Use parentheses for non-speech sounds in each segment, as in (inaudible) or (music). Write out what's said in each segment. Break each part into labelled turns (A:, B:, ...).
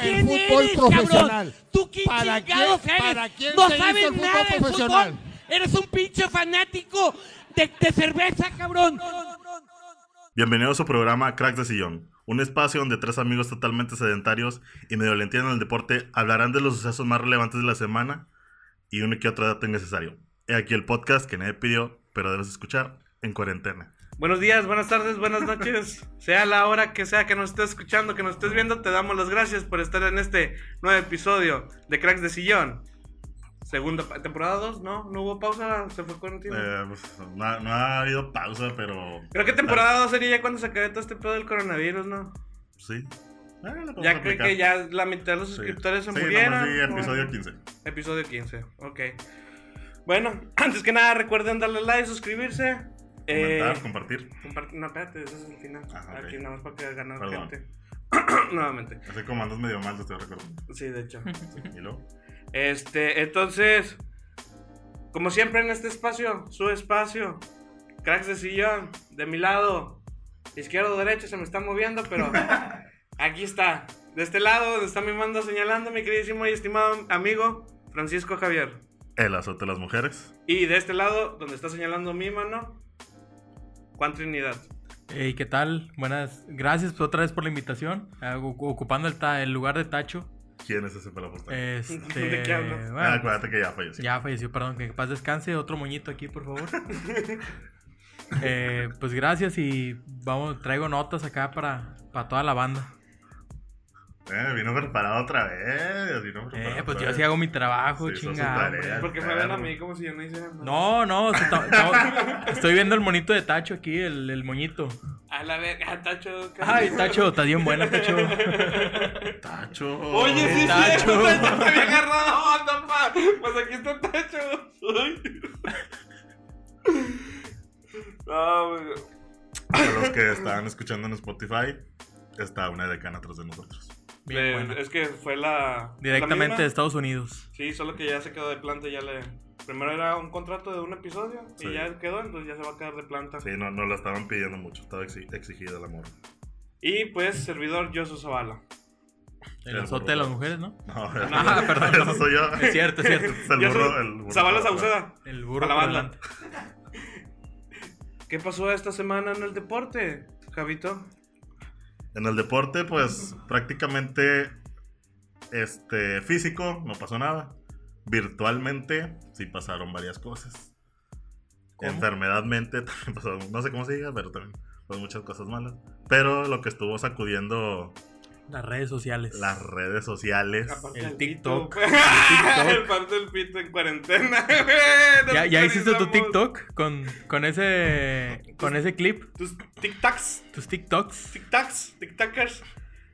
A: quién
B: fútbol
A: eres,
B: profesional.
A: cabrón? ¿Tú quién
B: ¿Para
A: chingados
B: quién-
A: eres?
B: para quién
A: no
B: se hizo
A: sabes
B: el fútbol
A: nada de
B: profesional?
A: fútbol. Eres un pinche fanático de, de cerveza, cabrón.
C: Bienvenido a su programa Cracks de Sillón, un espacio donde tres amigos totalmente sedentarios y medio le entienden el deporte hablarán de los sucesos más relevantes de la semana y uno que otro dato innecesario. He aquí el podcast que nadie pidió, pero debes escuchar en cuarentena.
D: Buenos días, buenas tardes,
C: (laughs)
D: buenas noches. Sea la hora que sea que nos estés escuchando, que nos estés viendo, te damos las gracias por estar en este nuevo episodio de Cracks de Sillón. Segunda pa- temporada 2, ¿no? ¿No hubo pausa? ¿Se fue cuarentena?
C: Eh, pues, no, ha- no ha habido pausa, pero...
D: Creo que
C: ah.
D: temporada 2 sería ya cuando se acabe todo este pedo del coronavirus, ¿no?
C: Sí. Ah, la podemos
D: Ya creo
C: aplicar.
D: que ya la mitad de los
C: Sí.
D: suscriptores se
C: Sí,
D: murieron.
C: nomás di episodio
D: Bueno.
C: 15.
D: Episodio 15, ok. Bueno, (clears throat) antes que nada recuerden darle like, suscribirse. eh,
C: Comentar, compartir.
D: compart- no, espérate, eso es el final.
C: Ah, ok.
D: Aquí nada más para que ganar
C: Perdón.
D: gente. (clears throat) Nuevamente.
C: Así como andas medio mal, te estoy recordando.
D: Sí,
C: (laughs)
D: de hecho.
C: Sí, y luego,
D: Este, entonces, como siempre en este espacio, su espacio, cracks de sillón, de mi lado, izquierdo, derecho, se me está moviendo,
C: (laughs)
D: pero aquí está, de este lado, donde está mi mando señalando, mi queridísimo y estimado amigo Francisco Javier.
C: El azote de las mujeres.
D: Y de este lado, donde está señalando mi mano, Juan Trinidad.
E: Hey, ¿qué tal? Buenas, gracias pues, otra vez por la invitación, ah, o- ocupando el, ta- el lugar de Tacho.
C: ¿Quién es ese pelo portero?
E: Este,
D: ¿De qué hablas?
E: bueno,
C: Ah, acuérdate que ya falleció.
E: ya falleció, perdón, que en paz descanse, otro moñito aquí,
D: (laughs)
E: por favor. Eh, pues gracias y vamos, traigo notas acá para, para toda la banda.
C: Eh, vino preparado otra vez. Vino preparado
E: Eh, pues
C: otra
E: yo
C: vez.
E: sí hago mi trabajo,
C: Ah, Sí, hizo su
E: chingada.
C: tarea.
E: hombre.
D: Porque me ven a mí como si yo no hiciera nada.
E: No, no, se está- estamos- estoy viendo el monito de Tacho aquí, el, el moñito.
D: A la verga, (laughs) Tacho.
E: Ay, Tacho, estás bien bueno, Tacho.
C: Tacho.
D: Oye, sí, sí, (laughs)
E: Tacho.
D: Tacho te había agarrado, (laughs) what the fuck. Pues aquí está Tacho. Ay. (laughs) No, güey.
C: Para los que están escuchando en Spotify, está una decana atrás de nosotros.
E: Bien
D: Le-
E: bueno.
D: eh, Pues, es que fue la. la
E: Directamente
D: misma.
E: de Estados Unidos.
D: Sí, solo que ya se quedó de planta y ya le. Primero era un contrato de un episodio
C: Sí.
D: y ya quedó, entonces ya se va a quedar de planta.
C: Sí, no, no la estaban pidiendo mucho. Estaba exi- exigida el amor.
D: Y pues, servidor Yoso Zavala.
E: El
C: El
E: azote de las
C: burro.
E: mujeres, ¿no?
C: No,
E: Ah,
C: (laughs)
E: perdón,
C: Eso
E: no.
C: soy yo.
E: Es cierto, es cierto.
C: (laughs) Es el
D: Yo
C: burro,
D: soy
C: el burro.
D: Zavala Sauceda.
E: El burro
D: A la
E: por
D: banda.
E: delante.
D: (laughs) ¿Qué pasó esta semana en el deporte, Javito?
C: En el deporte, pues prácticamente este, físico, no pasó nada. Virtualmente, sí pasaron varias cosas.
E: ¿Cómo?
C: Enfermedadmente, (laughs) también pasó, no sé cómo se diga, pero también pues, muchas cosas malas. Pero lo que estuvo sacudiendo
E: Las redes sociales.
C: las redes sociales.
D: Aparte
E: El
D: del
E: TikTok.
D: pito, güey. (laughs) El parte del pito en cuarentena, (laughs) güey.
E: ¿Ya, ya hiciste tu
D: Necesitamos
E: TikTok con, con ese con ese clip?
D: Tus tic-tacs,
E: ¿Tus TikToks?
D: tic-tacs, tic-tacers.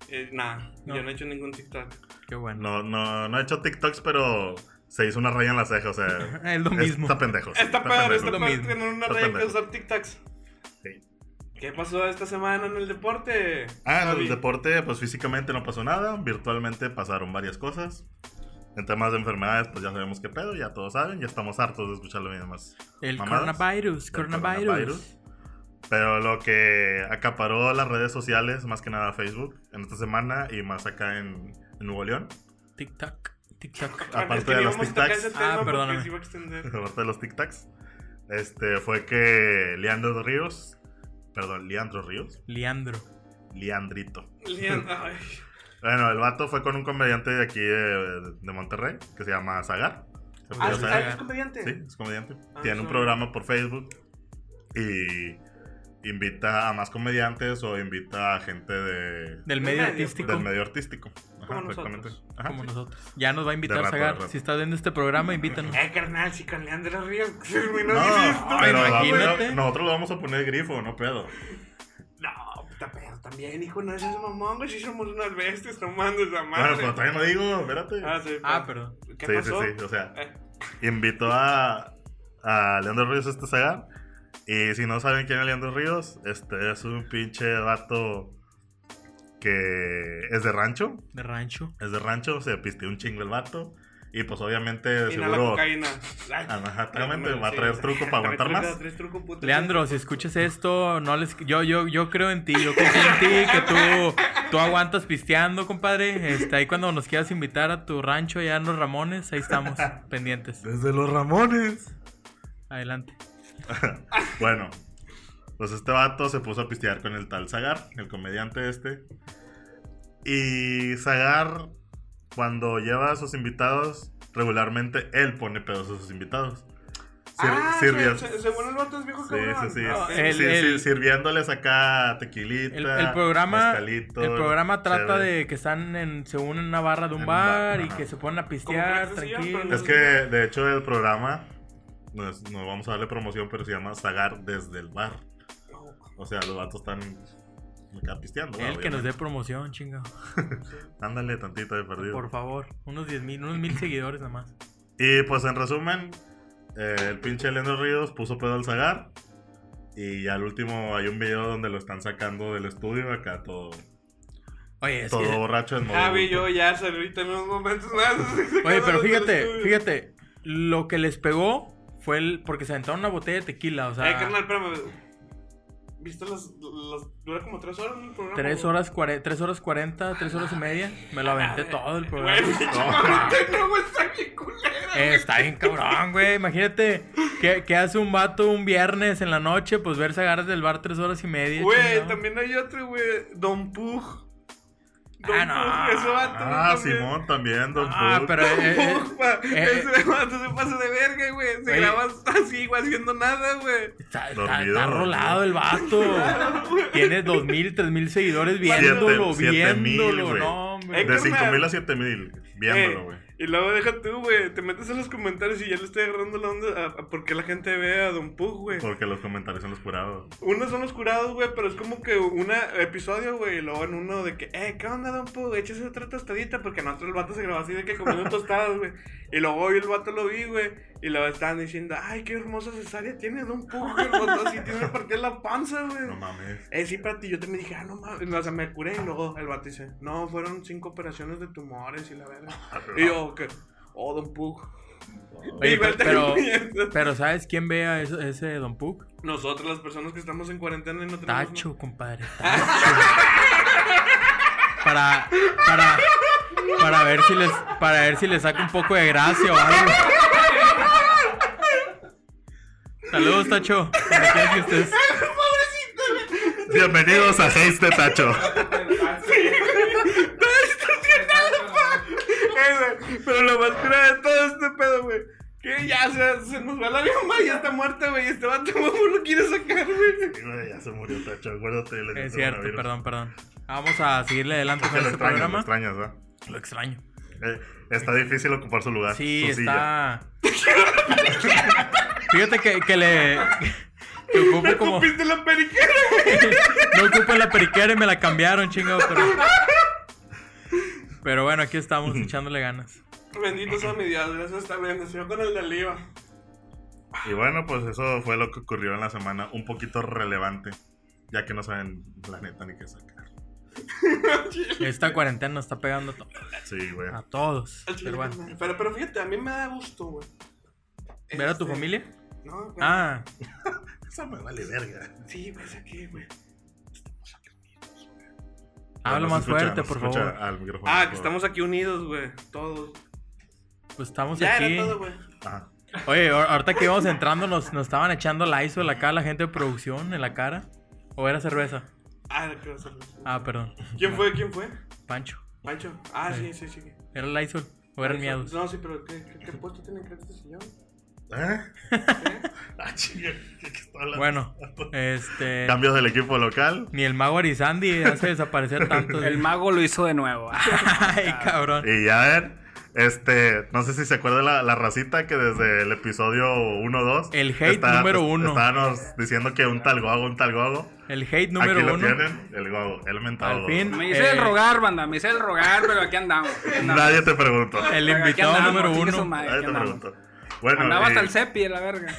D: Eh, nah,
E: No. Pues
D: yo no he hecho ningún tic-tac.
E: Qué bueno.
C: No, no, no he hecho TikToks, pero se hizo una raya en la ceja, o sea.
E: Eh, Es (laughs) lo mismo.
C: Está pendejo. sí,
D: Está peor,
C: pendejo.
D: está
E: lo
D: peor
E: mismo.
D: tener una
C: Está
D: raya que
C: pendejo.
D: usar tic-tacs.
C: Sí.
D: ¿Qué pasó esta semana en el deporte?
C: Ah, en
D: Javi?
C: el deporte, pues físicamente no pasó nada, virtualmente pasaron varias cosas. En temas de enfermedades, pues ya sabemos qué pedo, ya todos saben, ya estamos hartos de escucharlo y demás.
E: El
C: mamadas.
E: coronavirus,
C: El
E: coronavirus.
C: coronavirus. Pero lo que acaparó las redes sociales, más que nada Facebook, en esta semana y más acá en, en Nuevo León, (laughs)
E: TikTok, TikTok.
C: Aparte
D: Es que
C: de
D: ni
C: los
D: vamos a tocar
C: tic-tacs.
D: ese tema
E: Ah,
D: porque
E: perdóname.
D: se iba a
E: (laughs)
D: extender.
C: aparte de los Tic Tacs, este, fue que Leandro Ríos, perdón, Leandro Ríos,
E: Leandro.
C: Leandrito.
D: Lian- ay.
C: Bueno, el vato fue con un comediante de aquí de, de Monterrey que se llama Zagar. Se
D: Ah,
C: podría
D: ¿es-
E: sí,
C: saber.
D: ah, ¿es comediante?
C: Sí, es comediante.
D: Ah,
C: Tiene un
D: sí.
C: programa por Facebook y invita a más comediantes o invita a gente de,
E: Del medio
D: medio,
E: artístico.
C: del medio artístico.
D: Como nosotros.
C: Ajá,
E: Como
C: sí.
E: nosotros. Ya nos va a invitar
C: De rato, de
E: Sagar.
C: rato.
E: Si estás viendo este programa, invítanos.
D: Eh, carnal, si con Leandro Ríos (laughs) terminó
C: No,
D: diciendo-
C: pero
E: imagínate.
C: vamos a- nosotros le vamos a poner grifo, no pedo.
D: No, puta, pero también, hijo, no seas mamón, güey. Si somos unas bestias tomando esa
C: Bueno,
D: madre.
C: pero todavía no digo, espérate.
D: ah, sí,
E: Ah, perdón.
D: ¿Qué
C: sí,
D: pasó?
C: sí, sí. O sea,
D: Eh.
C: invitó a, a Leandro Ríos a este saga. Y si no saben quién es Leandro Ríos, este es un pinche vato que es de rancho.
E: De rancho.
C: Es de rancho, se pisteó un chingo el vato. Y pues obviamente de
D: Inhala
C: seguro.
D: cocaína. Ay,
C: Ajá, exactamente,
D: sí,
C: va a traer
D: sí.
C: truco para aguantar
D: (laughs) Trae truco,
C: más.
D: trae truco,
C: Pues
D: puto.
E: Leandro, si escuchas esto, no les yo yo yo creo en ti, yo confío en ti que tú tú aguantas pisteando, compadre. Este, ahí cuando nos quieras invitar a tu rancho allá en los Ramones,
C: (laughs)
E: ahí estamos pendientes.
C: Desde los Ramones.
E: Adelante.
C: Bueno, pues este vato se puso a pistear con el tal Zagar, el comediante este. Y Zagar, cuando lleva a sus invitados, regularmente él pone pedos a sus invitados. Sir-
D: Ah,
C: sirvió-
D: se- se- Según el vato es viejo
C: Sí,
D: cabrón.
C: sí, sí.
D: Ah,
C: Sí,
D: ok.
E: el-
C: sí,
E: el-
C: sí, sirviéndoles acá tequilita.
E: El, el programa
C: mezcalito,
E: el programa trata
C: chévere.
E: de que están en, se unen en una barra de un
C: En un
E: bar,
C: bar,
E: y
C: ajá.
E: que se ponen a
D: Como
E: pistear
D: Crack Sillón, pero
E: tranquilos.
D: no
C: Es que, de hecho, el programa, no, es- no vamos a darle promoción, pero se llama Zagar desde el bar. O sea, los vatos están acá pisteando.
E: El que
C: obviamente.
E: nos dé promoción, chingado.
C: Ándale tantito de perdido.
E: Por favor, unos 10 mil, unos mil seguidores nada más.
C: Y pues en resumen, eh, el pinche Leandro Ríos puso pedo al Zagar. Y al último hay un video donde lo están sacando del estudio acá todo,
E: Oye, es
C: todo
E: que-
C: borracho en modo
D: Javi,
C: bulto.
D: yo ya ahorita en unos momentos más. (laughs)
E: Oye, pero fíjate, fíjate, lo que les pegó fue el porque se aventaron una botella de tequila, o
D: Eh, carnal,
E: sea,
D: espérame. ¿Viste las, las. Dura como tres horas el programa?
E: 3 horas 40, 3 horas 40, 3 horas y media, me lo aventé todo el
D: Ah, Güey, (laughs)
E: programa.
D: pinche mamá, no, güey, está bien culera.
E: Eh, está bien cabrón, güey. Imagínate que, que hace un vato un viernes en la noche, pues verse agarras del bar tres horas y media.
D: Güey,
E: chingado.
D: también hay otro, güey. Don Pug. Don
E: Ah, no.
D: Pug, ese vato.
C: Ah,
D: también.
C: Simón también, Don
E: Ah,
C: Pug.
E: pero eh, eh,
D: Don Pug, pa,
E: eh,
D: ese vato se pasa de verga, güey. Se
E: Oye.
D: graba así, güey, haciendo nada, güey.
E: está, está-
C: dormido,
E: está rolado el vato. Tiene dos mil, tres mil seguidores
C: Siete-
E: viéndolo,
C: siete mil,
E: viéndolo.
C: güey.
E: No, hombre.
D: Eh,
C: de
D: carnal.
C: 5000 a 7000, viéndolo,
D: Eh,
C: güey.
D: Y luego deja tú, güey. Te metes en los comentarios y ya le estoy agarrando la onda a, a por qué la gente ve a Don Pug, güey.
C: Porque los comentarios son los curados.
D: Unos son los curados, güey, pero es como que un episodio, güey, y luego en uno de que, eh, ¿qué onda, Don Pug? Échese otra tostadita, porque nosotros el vato se grabó así de que
C: (laughs)
D: comiendo tostadas, güey. Y luego hoy el vato lo vi, güey, y luego estaban diciendo, ay, qué hermosa cesárea tiene Don Pug, güey, el vato así tiene partida la panza, güey.
C: No
D: (laughs)
C: mames.
D: Eh, sí, Pati, yo también dije, ah, no mames, o sea, me curé, y luego el vato dice, no, fueron cinco operaciones de tumores y
C: (laughs)
D: la verga. Y yo, que, oh, Don Pug.
E: Oye,
D: Igual
E: pero,
D: también.
E: pero ¿sabes quién ve a ese, ese Don Pug?
D: Nosotros, las personas que estamos en cuarentena y no tenemos... (laughs)
E: Tacho, compadre. Tacho. Para, para, para ver si les, para ver si les saca un poco de gracia o algo. Saludos, Tacho. Donde quiera que estés.
C: Bienvenidos a Seis de
D: (laughs)
C: Tacho.
D: Eh, güey, Pero lo más cura de todo este pedo, güey. Que ya o sea, se nos va la mamá ya está muerta, güey. y Este vato (laughs) mamá lo quiere sacar, güey.
C: Sí, güey, ya se murió Tacho, acuérdate. le dio
E: Es cierto,
C: coronavirus.
E: perdón, perdón. Vamos a seguirle adelante
C: Es que
E: con
C: lo
E: este
C: extrañas, lo
E: programa.
C: extrañas, ¿verdad?
E: Lo extraño.
C: Eh, está difícil ocupar su lugar.
E: Sí,
C: su silla. (laughs)
E: está. Fíjate que, que le. Que ocupo como.
D: Cupiste la periquera.
E: no ocupan la periquera y me la cambiaron, chingado. Pero, pero bueno, aquí estamos echándole ganas.
D: Bendito sea mi Dios, gracias también. Nació con el de Oliva.
C: Y bueno, pues eso fue lo que ocurrió en la semana, un poquito relevante, ya que no saben la neta ni qué sacar.
E: Esta cuarentena nos está pegando a to-
C: Sí, güey.
E: a todos.
D: Al chile,
E: Pero bueno.
D: carnal. Pero, pero fíjate, a mí me da gusto, güey.
E: ¿Ver a tu
D: Este,
E: familia?
D: No, güey.
E: Ah,
C: Esa me vale verga.
D: Sí, güey, saqué, güey.
E: habla
C: Nos
E: más
C: escucha,
E: fuerte,
C: nos
E: por
C: escucha
E: favor.
C: Al micrófono,
D: Ah,
C: por
D: que
C: favor.
D: estamos aquí unidos, güey. Todos.
E: Pues estamos
D: Ya
E: aquí.
D: era todo, güey.
C: Ajá.
E: Oye, ahor- ahorita que íbamos entrando, nos, nos estaban echando la ISO acá la gente de producción en la cara. ¿O era cerveza?
D: Ah, creo que se-
E: Ah, perdón.
D: ¿Quién fue? ¿Quién fue?
E: Pancho.
D: Pancho. Ah,
E: Sí.
D: sí, sí, sí.
E: ¿Era la ISO ¿O eran miedos?
D: No, sí, pero ¿qué, qué, qué puesto tiene que este señor?
C: ¿Eh?
E: (laughs)
C: ah, chinga, ¿qué- qué está hablando?
D: (laughs)
E: Bueno, este.
C: Cambios del equipo local.
E: Ni el mago Arizandi hace desaparecer tanto.
B: El mago lo hizo de nuevo.
E: (laughs)
B: (laughs)
E: Ay, cabrón.
C: Y ya ven, este, no sé si se acuerda la, la racita que desde el episodio 1-2.
E: El hate número uno.
C: pues, Estábamos diciendo que un tal gogo, un tal gogo.
E: El hate
C: Aquí
E: número
C: lo
E: uno.
C: tienen, el gogo, el mentado.
E: Al
C: gogo.
E: fin.
B: Me hice el
E: Eh.
B: rogar, banda, me hice el rogar, pero aquí andamos. Aquí andamos.
C: Nadie te preguntó.
E: El
B: Aquí
E: invitado
B: andamos,
E: número
B: chingue su
E: uno.
B: madre,
C: Nadie
B: aquí
C: te
B: andamos.
C: preguntó. Bueno,
B: Andaba
C: y,
E: eh.
B: hasta el cepi, la verga.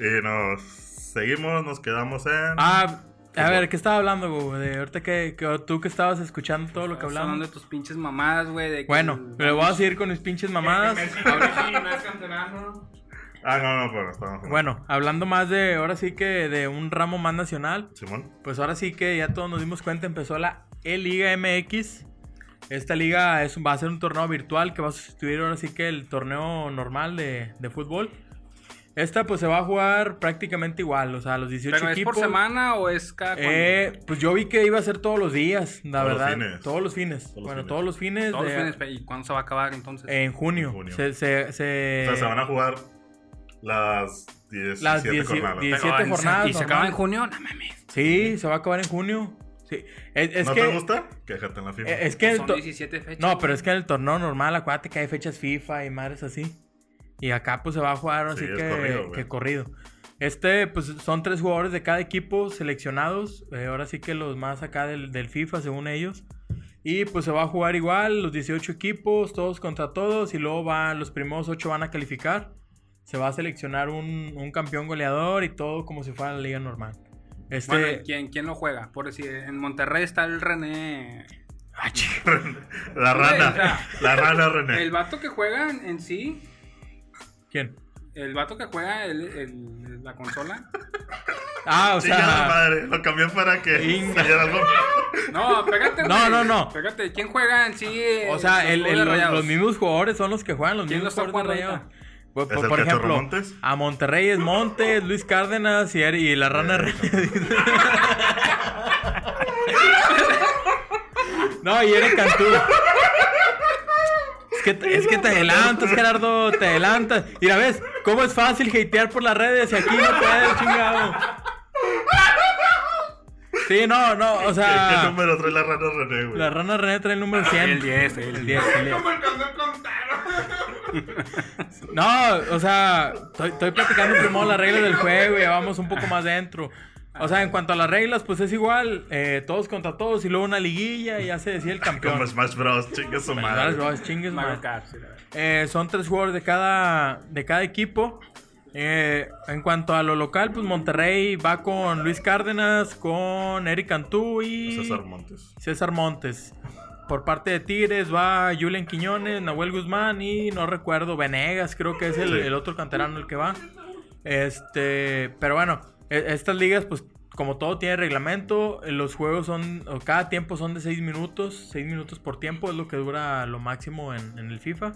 C: y nos seguimos, nos quedamos en.
E: Ah, A ver, ¿qué estaba hablando, güey? De ahorita que, que tú que estabas escuchando todo lo que
B: Estamos hablando
E: hablamos.
B: de tus pinches mamadas, güey. de que-
E: Bueno, le voy a seguir con mis pinches mamadas.
D: Ahora sí, no es campeonato.
C: Ah, no, no, pero estamos.
E: Bueno, hablando más de ahora sí que de un ramo más nacional.
C: Simón.
E: Pues ahora sí que ya todos nos dimos cuenta, empezó la E-Liga MX. Esta liga es, un- va a ser un torneo virtual que va a sustituir ahora sí que el torneo normal de, de fútbol. Esta pues se va a jugar prácticamente igual, o sea, los 18
B: ¿Pero es
E: equipos.
B: por semana o es cada cuándo?
E: Eh, pues yo vi que iba a ser todos los días, la
C: Todos los
E: verdad.
C: fines.
E: Todos los fines.
C: Todos los
E: bueno,
C: fines.
E: todos los fines.
B: Todos los
E: de-
B: fines, pues, pe- ¿Y cuándo se va a acabar entonces?
E: eh, En junio.
C: En junio.
E: Se, se- se-
C: o sea, se van a jugar las 17
E: Las dieci-
C: jornadas.
E: dieci-
B: Pero,
E: 17
B: ¿en-
E: jornadas,
B: ¿Y se
E: normal.
B: acaba en junio? No mames.
E: Sí, se va a acabar en junio. Sí. Es, es
C: ¿No
E: que,
C: te gusta? Quéjate en la firma.
E: eh, es que el
B: Son
E: to-
B: 17 fechas.
E: No, pero es que en el torneo normal, acuérdate que hay fechas FIFA y madres así. Y acá pues se va a jugar
C: Sí,
E: así
C: es
E: que,
C: corrido,
E: corrido,
C: güey.
E: que corrido. Este, pues son tres jugadores de cada equipo seleccionados. eh, ahora sí que los más acá del, del FIFA, según ellos. Y pues se va a jugar igual, los 18 equipos, todos contra todos. Y luego van, los primeros 8 van a calificar. Se va a seleccionar un, un campeón goleador y todo como si fuera la liga normal. Este,
B: Bueno, ¿y ¿quién, ¿quién lo juega? Por decir, en Monterrey está el René.
E: eh,
C: (laughs) La
B: Güey,
C: rana.
B: o sea,
C: la rana, René.
B: El vato que juega en en sí,
E: ¿quién?
B: el vato que juega el- el- la consola.
E: Ah, o
C: Chingada
E: sea,
C: madre. Lo cambié para que
E: Inga.
C: saliera algo.
B: No, pégate.
E: No,
B: güey.
E: no, no.
B: Pégate. ¿Quién juega en sí? eh,
E: O sea, el-
B: los
E: el-
B: juegos de
E: los,
B: Rayados?
E: los mismos jugadores son los que juegan, los
B: ¿Quién
E: mismos
B: lo está
E: jugadores de
B: jugando
E: Rayados. Por,
C: ¿Es
E: por-
C: el
E: por
C: Cachorro
E: ejemplo,
C: Montes?
E: a Monterrey es Montes, Luis Cárdenas y, Ari- y la
C: Eh.
E: rana. (laughs) no, y Eric Cantú. Es que, es que te adelantas, Gerardo, te adelantas. Y la ves, cómo es fácil hatear por las redes y aquí no puedes, chingado. Sí, no, no,
C: (laughs)
E: o
C: ¿Qué,
E: sea.
C: número trae la rana, René, güey?
E: Ah. La rana René trae el número 100.
B: Ah, El 10, el
E: El 10,
D: (laughs)
E: el 10. No, o sea, estoy, estoy platicando primero las reglas del juego y ya vamos un poco más dentro. O sea, en cuanto a las reglas, pues es igual, eh, todos contra todos y luego una liguilla y ya se decide el
C: Como
E: campeón.
C: Smash Bros. Chingue su
E: Madres,
C: madre.
E: bro, chingues,
B: Mario
E: madre.
B: Kart, sí, la verdad.
E: Eh, son tres jugadores de cada, de cada equipo. Eh, en cuanto a lo local, pues Monterrey va con Luis Cárdenas, con Eric Cantú y
C: César Montes.
E: César Montes. Por parte de Tigres va Julian Quiñones, Nahuel Guzmán y no recuerdo, Venegas, creo que es el,
C: Sí.
E: el otro canterano el que va. Este, pero bueno, e- estas ligas, pues como todo tiene reglamento, eh, los juegos son, o cada tiempo son de 6 minutos, 6 minutos por tiempo es lo que dura lo máximo en, en el FIFA.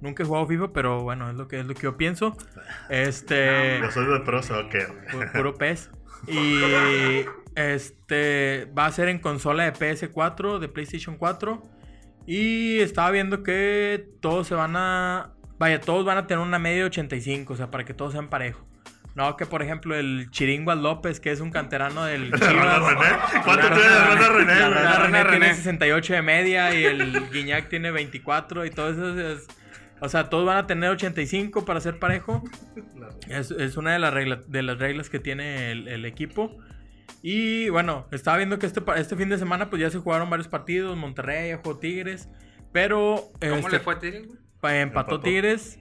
E: Nunca he jugado FIFA, pero bueno, es lo que, es lo que yo pienso. Este.
C: Yo soy de pro soccer.
E: Pu- puro pez. Y este va a ser en consola de PS4, de PlayStation 4. Y estaba viendo que todos se van a. Vaya, todos van a tener una media de 85, o sea, para que todos sean parejos. No, que por ejemplo el Chiringuas López, que es un canterano del.
C: La rana
E: Chivas,
C: René. ¿Cuánto tiene la rana René,
E: la
C: güey?
E: Rana René,
B: René.
E: tiene 68 de media y el (laughs) Guiñac tiene 24 y todo eso es- o sea, todos van a tener 85 para ser parejo. Es, es una de las reglas de las reglas que tiene el, el equipo. Y bueno, estaba viendo que este, pa- este fin de semana pues ya se jugaron varios partidos, Monterrey, ya jugó Tigres, pero
B: ¿Cómo
E: este,
B: le fue a Tigres, güey?
E: pa- empató,
C: Empató.
E: Tigres.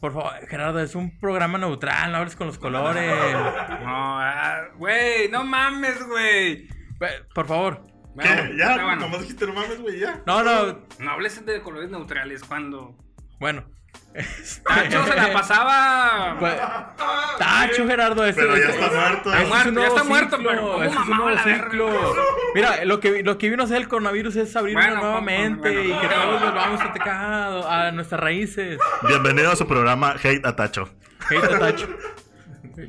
E: Por favor, Gerardo, es un programa neutral, no hables con los colores.
B: (laughs) No, ah, güey, no mames, güey.
E: Pe- Por favor.
B: Bueno,
C: ¿Qué?
B: ah,
C: Ya,
B: bueno.
C: nomás dijiste, no mames, güey, ya.
E: No, no.
B: No hables de colores neutrales
E: (laughs)
B: cuando.
E: Bueno. este,
B: Tacho se la pasaba.
E: (laughs) Pues, Tacho Gerardo, este,
C: Pero ya
E: este-
C: está muerto.
E: este
C: eh.
E: es
B: muerto,
E: un
B: ya
E: nuevo
B: está muerto,
E: ciclo,
B: pero ¿cómo
E: este es un
B: mamaba
E: nuevo
B: la verga?
E: ciclo. Mira, lo que, lo que vino a hacer el coronavirus es abrirnos
B: Bueno,
E: nuevamente
B: bueno, bueno.
E: y que todos volvamos a Tecado, a nuestras raíces.
C: Bienvenido a su programa Hate a Tacho.
E: Hate a Tacho.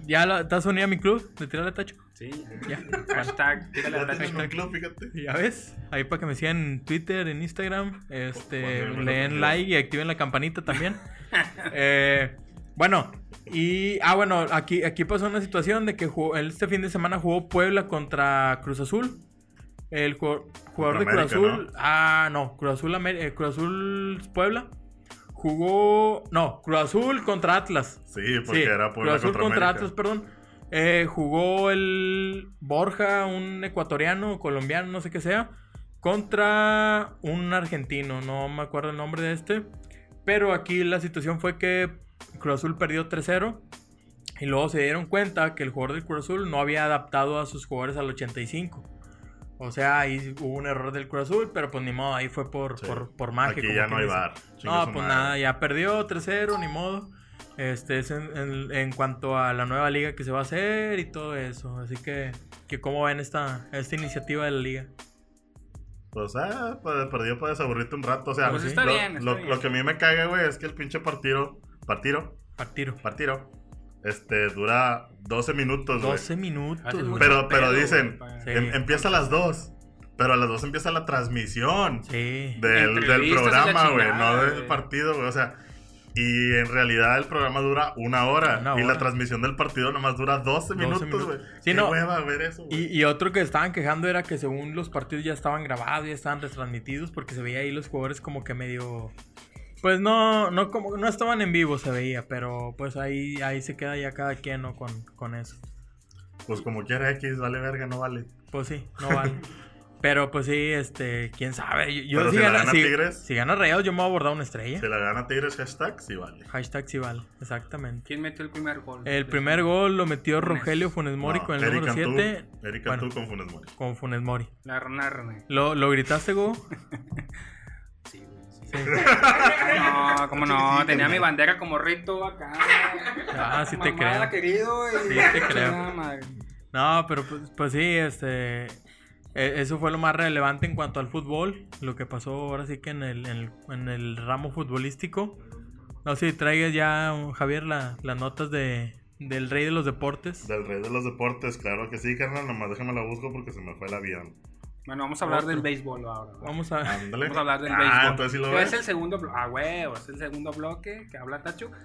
E: ¿Ya lo- estás unido a mi club? ¿De tirarle a Tacho?
B: Sí.
E: Ya.
B: Hashtag, tírale
C: Ya
B: a
C: tienen
B: Tacho.
C: un club, fíjate.
E: (laughs) ¿Ya ves? Ahí para que me sigan en Twitter, en Instagram. Este,
C: Bueno, bueno,
E: le den
C: bueno.
E: like y activen la campanita también. (laughs) Eh, bueno, y. Ah, bueno, aquí, aquí pasó una situación de que jugó- este fin de semana jugó Puebla contra Cruz Azul. El jugador, jugador de Cruz
C: América,
E: Azul. Ah, no, Cruz Azul, Amer- eh, Cruz Azul Puebla. Jugó. No, Cruz Azul contra Atlas.
C: Sí, porque
E: Sí,
C: era Puebla
E: Cruz Azul
C: contra
E: contra
C: América.
E: Atlas, perdón. Eh, jugó el Borja, un ecuatoriano, colombiano, no sé qué sea, contra un argentino, no me acuerdo el nombre de este. Pero aquí la situación fue que Cruz Azul perdió 3-0. Y luego se dieron cuenta que el jugador del Cruz Azul no había adaptado a sus jugadores al 85. O sea, ahí hubo un error del Cruz Azul, pero pues ni modo, ahí fue por,
C: Sí.
E: por, por magia.
C: Aquí
E: como
C: ya
E: quien
C: no hay
E: dice.
C: bar.
E: No, pues nada, ya perdió 3-0, ni modo. Este es en, en- en cuanto a la nueva liga que se va a hacer y todo eso. Así que, que ¿cómo ven esta, esta iniciativa de la liga?
C: Pues, ah, pues, perdió para desaburrirte un rato. O sea,
B: Pues está
C: lo,
B: bien, está
C: lo-
B: bien.
C: lo que a mí me caga, güey, es que el pinche partido, partido,
E: Partido.
C: partido, este, dura 12 minutos, güey.
E: 12 minutos.
B: Hace
E: güey.
B: mucho
C: Pero, pero
B: pedo,
C: dicen,
B: güey, para-
E: Sí.
C: em- empieza a las 2, pero a las 2 empieza la transmisión
E: Sí.
C: del, del
B: Entrevistas y la
C: programa, güey,
B: chingada,
C: no del
B: güey.
C: partido, güey. O sea, y en realidad el programa dura una hora
E: Una
C: y la
E: hora.
C: transmisión del partido nomás dura 12 minutos,
E: minutos.
C: güey.
E: Sí,
C: Qué
E: no.
C: hueva ver eso, güey.
E: Y, y otro que estaban quejando era que según los partidos ya estaban grabados, ya estaban retransmitidos, porque se veía ahí los jugadores como que medio... Pues no, no, como, no estaban en vivo, se veía, pero pues ahí, ahí se queda ya cada quien ¿no? con, con eso.
C: Pues como quiera X, vale verga, no vale.
E: Pues sí,
C: (laughs)
E: no vale. Pero pues sí, este, quién sabe. Yo- Yo,
C: Pero
E: si,
C: si la
E: gana,
C: gana
E: si-
C: Tigres.
E: si gana Rayados, yo me voy a abordar una estrella.
C: Se la gana Tigres hashtag, sí vale.
E: Hashtag sí vale, exactamente.
B: ¿Quién metió el primer gol?
E: El primer gol lo metió Rogelio Funes Mori
C: No,
E: con el
C: Eric
E: número
C: Cantú-
E: 7.
C: Eric
E: Bueno,
C: Cantú con Funes Mori.
E: con Funes Mori.
B: La Ronarme.
E: ¿Lo, lo
C: (laughs)
E: gritaste, Go?
B: Sí, güey. sí.
E: Sí. (laughs)
B: No, como no, tenía mi bandera como rito acá.
E: Ah, sí te creo.
B: Mamada, querido. y-
E: Sí te creo.
B: Chingada madre.
E: No, pero pues, pues sí, este. e- Eso fue lo más relevante en cuanto al fútbol. Lo que pasó ahora sí que en el, en el, en el ramo futbolístico. No sé si traigas ya, Javier, la- las notas de, del rey de los deportes.
C: Del rey de los deportes, claro que sí, carnal. Nomás déjame la busco porque se me fue el avión.
B: Bueno, vamos a hablar
E: Otro.
B: del béisbol ahora. ¿va?
E: Vamos a.
C: Ándale.
B: Vamos a hablar del
C: ah,
B: béisbol.
C: entonces sí lo
B: Pero
C: ves.
B: Es el segundo bloque. Ah, huevo, es el segundo bloque que habla Tacho.
E: (laughs)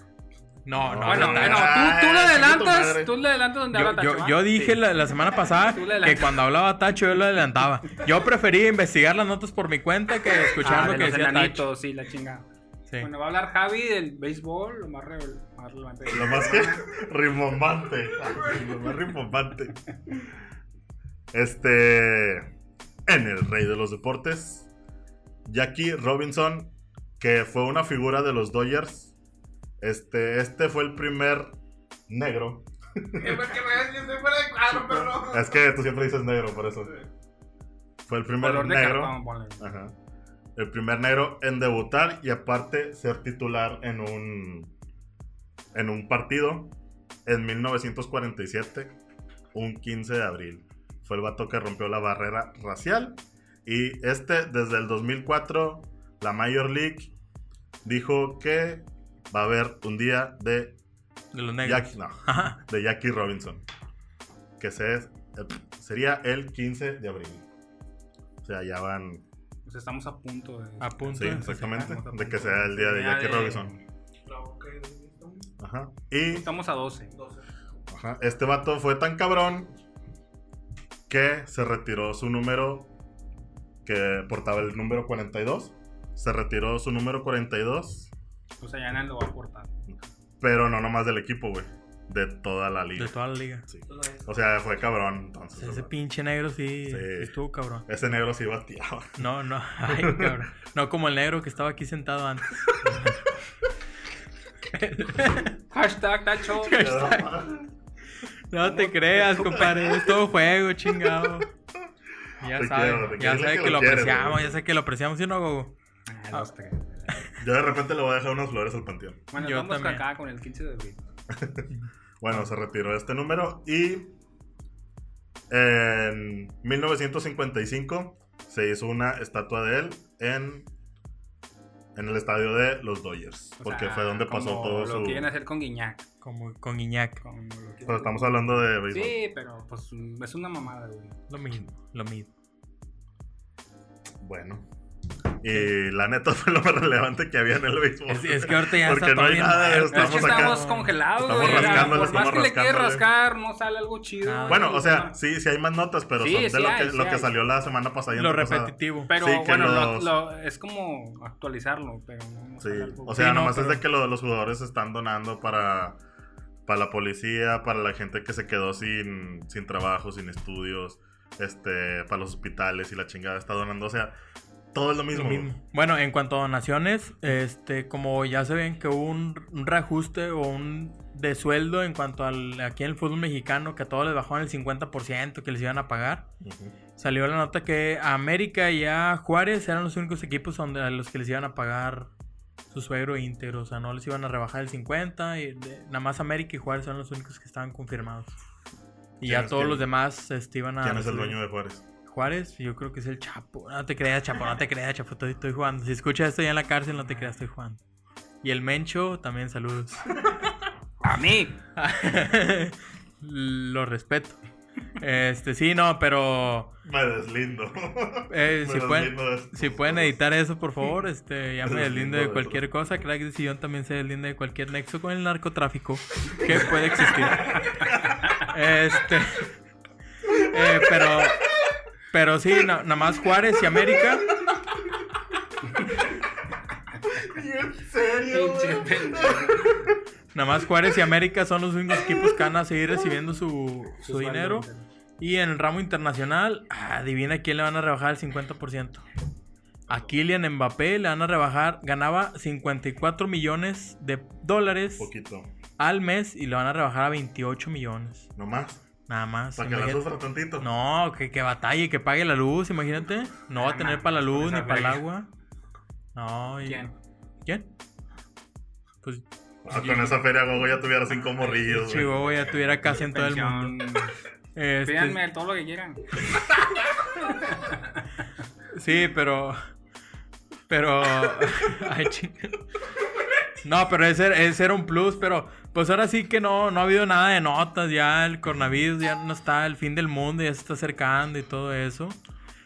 E: No, no,
B: bueno,
E: no, no.
B: bueno,
C: Ah,
B: tú, tú le
C: chinga tu madre.
B: adelantas, tú le adelantas donde habla ¿ah?
E: Yo,
B: Tacho.
E: yo,
B: ¿va?
E: yo dije
B: Sí.
E: la, la semana pasada
B: Tú le
E: que
B: adelantas.
E: cuando hablaba Tacho yo lo adelantaba. Yo prefería investigar las notas por mi cuenta que escuchar
B: Ah,
E: lo
B: de
E: que
B: los
E: decía Tacho.
B: enanitos, sí, la chingada.
E: Sí.
B: Bueno, va a hablar Javi del béisbol, lo más, revel- más relevante.
C: Lo más que (laughs) rimbombante. Lo más rimbombante. Este. En el rey de los deportes, Jackie Robinson, que fue una figura de los Dodgers. Este, este fue el primer negro. Es que tú siempre dices negro, por eso. Fue el primer
B: Color de
C: negro.
B: cartón, ponle.
C: Ajá. El primer negro en debutar y aparte ser titular en un en un partido en 1947, un 15 de abril. Fue el vato que rompió la barrera racial y este desde el 2004 la Major League dijo que va a haber un día de
E: De los negros.
C: Jackie, no,
E: Ajá.
C: de Jackie Robinson, que se- sería el 15 de abril. O sea, ya van
B: Pues estamos a punto de.
E: A punto.
C: Sí,
E: de-
C: exactamente.
B: Estamos a
C: De que
B: punto
C: sea el día de
B: día
C: Jackie
B: de-
C: Robinson.
D: (laughs)
C: Ajá. Y
B: Estamos a 12.
C: ajá, este vato fue tan cabrón que se retiró su número que portaba el número 42. Se retiró su número 42,
B: O sea, ya nadie lo va
E: (laughs)
B: a aportar.
C: pero no nomás del equipo, güey. De toda la liga.
E: De toda la liga.
C: Sí. O sea, fue cabrón entonces.
E: Ese
C: ¿verdad?
E: pinche negro sí,
C: Sí.
E: sí estuvo cabrón.
C: Ese negro sí bateaba. (laughs)
E: No, no, ay, cabrón. No como el negro que estaba aquí sentado antes.
B: Hashtag Tacho.
E: (laughs) No te creas, compadre. Es todo juego, chingado. Ya
C: Te quiero, te
E: sabe, ya
C: quiero.
E: sabe
C: Lo
E: que lo
C: quieres,
E: apreciamos,
C: güey.
E: ya sé que lo apreciamos, ¿sí o no, Gogo?
B: Ah, los tres.
C: Yo de repente le voy a dejar unas flores al panteón.
B: Bueno,
E: Yo
B: vamos
E: también.
B: acá con el 15 de abril.
C: Bueno, se retiró este número y en 1955 se hizo una estatua de él en, en el estadio de los Dodgers,
B: O
C: porque
B: sea,
C: fue donde pasó
B: como
C: todo
B: lo
C: su...
B: quieren hacer con Guiñac.
E: Como con Iñac.
B: como lo quieren-
C: Pero estamos hablando de béisbol.
B: Sí, pero pues es una mamada, güey.
E: Lo mismo, lo mismo.
C: Bueno. Y la neta (laughs) fue lo más relevante que había en el béisbol.
E: Es, es que ahorita ya
C: Porque
E: está
C: no
E: todo
C: hay
E: bien
C: nada de
E: mal.
C: esto. Estamos
B: es que estamos
E: acá.
B: congelados,
C: Estamos
B: güey.
C: rascándole,
B: Por
C: estamos
B: más que le quieres
C: rascándole.
B: rascar, no sale algo chido.
E: Ah.
B: güey.
C: Bueno, o sea, sí, sí hay más notas, pero
B: Sí,
C: son de
B: sí
C: lo,
B: hay,
C: que,
B: sí
C: lo que
B: hay.
C: salió la semana pasada y
E: Lo
C: antepasada.
E: repetitivo.
B: Pero
C: sí, que
B: bueno, lo-
C: los-
B: lo- es como actualizarlo, pero no, no
C: Sí,
B: sale algo.
C: o sea,
E: Sí, no,
C: nomás es
E: pero-
C: de que lo- los jugadores están donando para, para la policía, para la gente que se quedó sin, sin trabajo, sin estudios, este, para los hospitales y la chingada está donando. O sea, todo es lo mismo.
E: Lo mismo. Bueno, en cuanto a donaciones, este, como ya se ven que hubo un, un reajuste o un de sueldo en cuanto al aquí en el fútbol mexicano, que a todos les bajaban el 50% que les iban a pagar. Salió la nota que a América y a Juárez eran los únicos equipos donde a los que les iban a pagar su suegro íntegro, o sea, no les iban a rebajar el 50 y de- nada más América y Juárez eran los únicos que estaban confirmados. Y
C: ¿Quién
E: ya
C: es-
E: todos
C: quién-
E: los demás este, iban a
C: ¿Quién es el
E: recibir-
C: dueño de Juárez?
E: Juárez, yo creo que es el Chapo. No te creas, Chapo, no te creas, Chapo, estoy, estoy jugando. Si escuchas esto ya en la cárcel, no te creas, estoy jugando. Y el Mencho, también saludos. (laughs)
B: A mí.
E: Lo respeto. Este, sí, no, pero
C: Me
E: (laughs)
C: deslindo.
E: eh,
C: Me
E: si, pueden,
C: deslindo de estos
E: si pueden
C: dos.
E: editar eso,
C: (laughs)
E: por favor, este, ya
C: Me
E: me
C: deslindo
E: deslindo
C: de
E: de
C: todo.
E: cualquier cosa. Crack de Sillón también se deslinda de cualquier nexo con el narcotráfico que
C: (laughs)
E: puede existir. Este. eh, pero. Pero sí, na- nada más Juárez y América.
C: ¿En serio?
B: Pinche
C: güey?
B: pendejo.
E: Nada más Juárez y América son los únicos equipos que van a seguir recibiendo su, su dinero. Y en el ramo internacional, ah, adivina quién le van a rebajar el 50%. A Kylian Mbappé le van a rebajar, ganaba 54 millones de dólares
C: Poquito.
E: al mes y le van a rebajar a 28 millones.
C: No más.
E: Nada más.
C: Para que la
E: imagínate.
C: sufra tantito.
E: No, que, que batalle, que pague la luz, imagínate. No va a tener para la luz ni
B: esa
E: para el
B: feria.
E: agua. No, y-
B: ¿Quién?
E: ¿Quién? Pues
C: Ah, con esa feria, Gogo ya tuviera cinco morrillos, güey.
E: Chihuahua ya tuviera casi en todo el mundo. Este,
B: Pídanme todo lo que quieran.
E: Sí, pero. Pero. (laughs) Ay, chinga. No, pero ese, era- ese era un plus, pero pues ahora sí que no, no ha habido nada de notas, ya el coronavirus ya no está, el fin del mundo ya se está acercando y todo eso.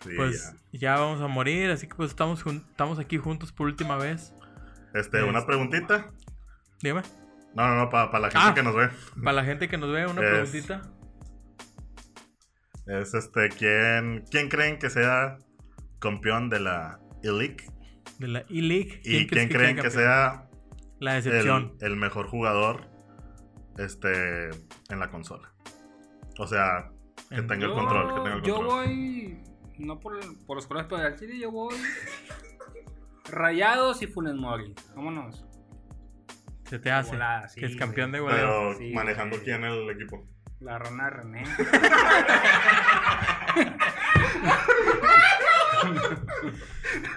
C: Sí,
E: pues
C: ya.
E: ya. vamos a morir, así que pues estamos, jun- estamos aquí juntos por última vez.
C: Este, una preguntita.
E: Dime,
C: No, no, no, para la gente
E: Ah.
C: que nos ve.
E: para la gente que nos ve, una
C: Es-
E: preguntita.
C: Es este, ¿quién, ¿quién creen que sea campeón de la E-League?
E: De la E-League.
C: ¿Y quién
E: crees quede
C: creen que
E: campeón?
C: sea
E: La
C: el,
E: decepción.
C: el mejor jugador este, en la consola? O sea, que
E: En-
C: tenga el control, que tenga el
B: Yo
C: control.
B: voy. No por, por los colores, pero al Chile yo voy. Rayados y Funes Mori. Vámonos.
E: Se te hace.
B: Volada, sí,
E: que es campeón de
B: güey.
E: goleo.
C: Pero
B: Sí,
C: manejando
B: güey.
C: quién el equipo.
B: La rana René.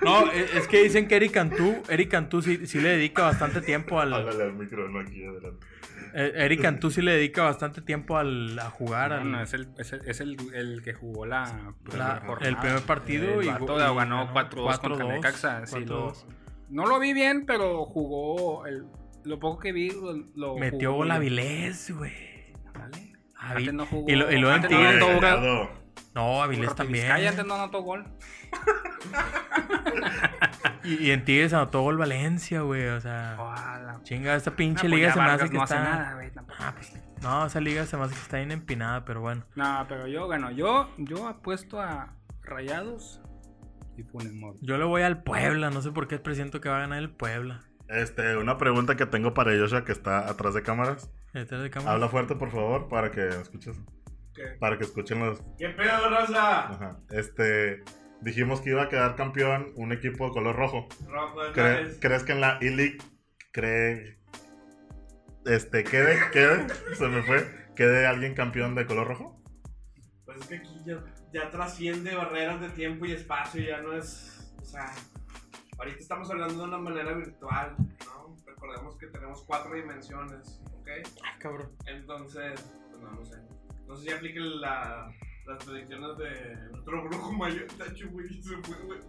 E: No, e, es es que dicen que Eric Cantú, Eric Cantú sí, sí le dedica bastante tiempo al.
C: Hágale al micro, no aquí adelante.
E: eh, Eric Cantú sí le dedica bastante tiempo al, a jugar
B: No,
E: al,
B: no, es el, es el, es el, el que jugó la,
E: la-
B: primera jornada.
E: el primer partido
B: El
E: y
B: vato
E: y
B: ganó 4-2 contra
E: 4-2,
B: Necaxa. sí, lo-
E: 4-2.
B: no lo vi bien, pero jugó. el- lo poco que vi, lo, lo
E: Metió
B: jugó
E: gol
B: bien.
E: Avilés, güey.
B: Dale.
E: Avi-
B: Antes no jugó.
E: y lo- y lo
B: antes
E: en
B: no
E: Tigres.
B: anotó gol.
C: Cuidado.
E: No, Avilés también.
B: Vizcaya antes no anotó gol.
E: Y, y en Tigres anotó gol Valencia, güey. O sea,
B: Ojalá.
E: chinga, esta
B: Ah,
E: Ah. pinche
B: pues
E: liga
B: ya
E: se me hace
B: Vargas
E: que
B: no
E: está.
B: hace nada, güey, tampoco.
E: Ah, pues, no, esa liga se me hace que está bien empinada, pero bueno.
B: No, pero yo, bueno, yo, yo apuesto a Rayados y Funes Mori.
E: Yo le voy al Puebla, no sé por qué presiento que va a ganar el Puebla.
C: Este, una pregunta que tengo para Joshua que está atrás de cámaras.
E: Detrás de cámara.
C: Habla fuerte, por favor, para que escuches. Para que escuchen los.
D: ¿Qué pedo, raza?
C: Ajá. Este. Dijimos que iba a quedar campeón un equipo de color rojo.
D: Rojo de
C: Cre-
D: Juárez.
C: ¿Crees que en la E-League cree. Este, quede, quede, (laughs) se me fue, quede alguien campeón de color rojo?
D: Pues es que aquí ya, ya trasciende barreras de tiempo y espacio, ya no es. O sea, ahorita estamos hablando de una manera virtual, ¿no? Recordemos que tenemos cuatro dimensiones, ¿ok?
E: Ah, cabrón.
D: Entonces, pues no, no sé. No sé si aplique la, las predicciones de otro brujo mayor. (laughs) Tacho, güey, se fue, güey.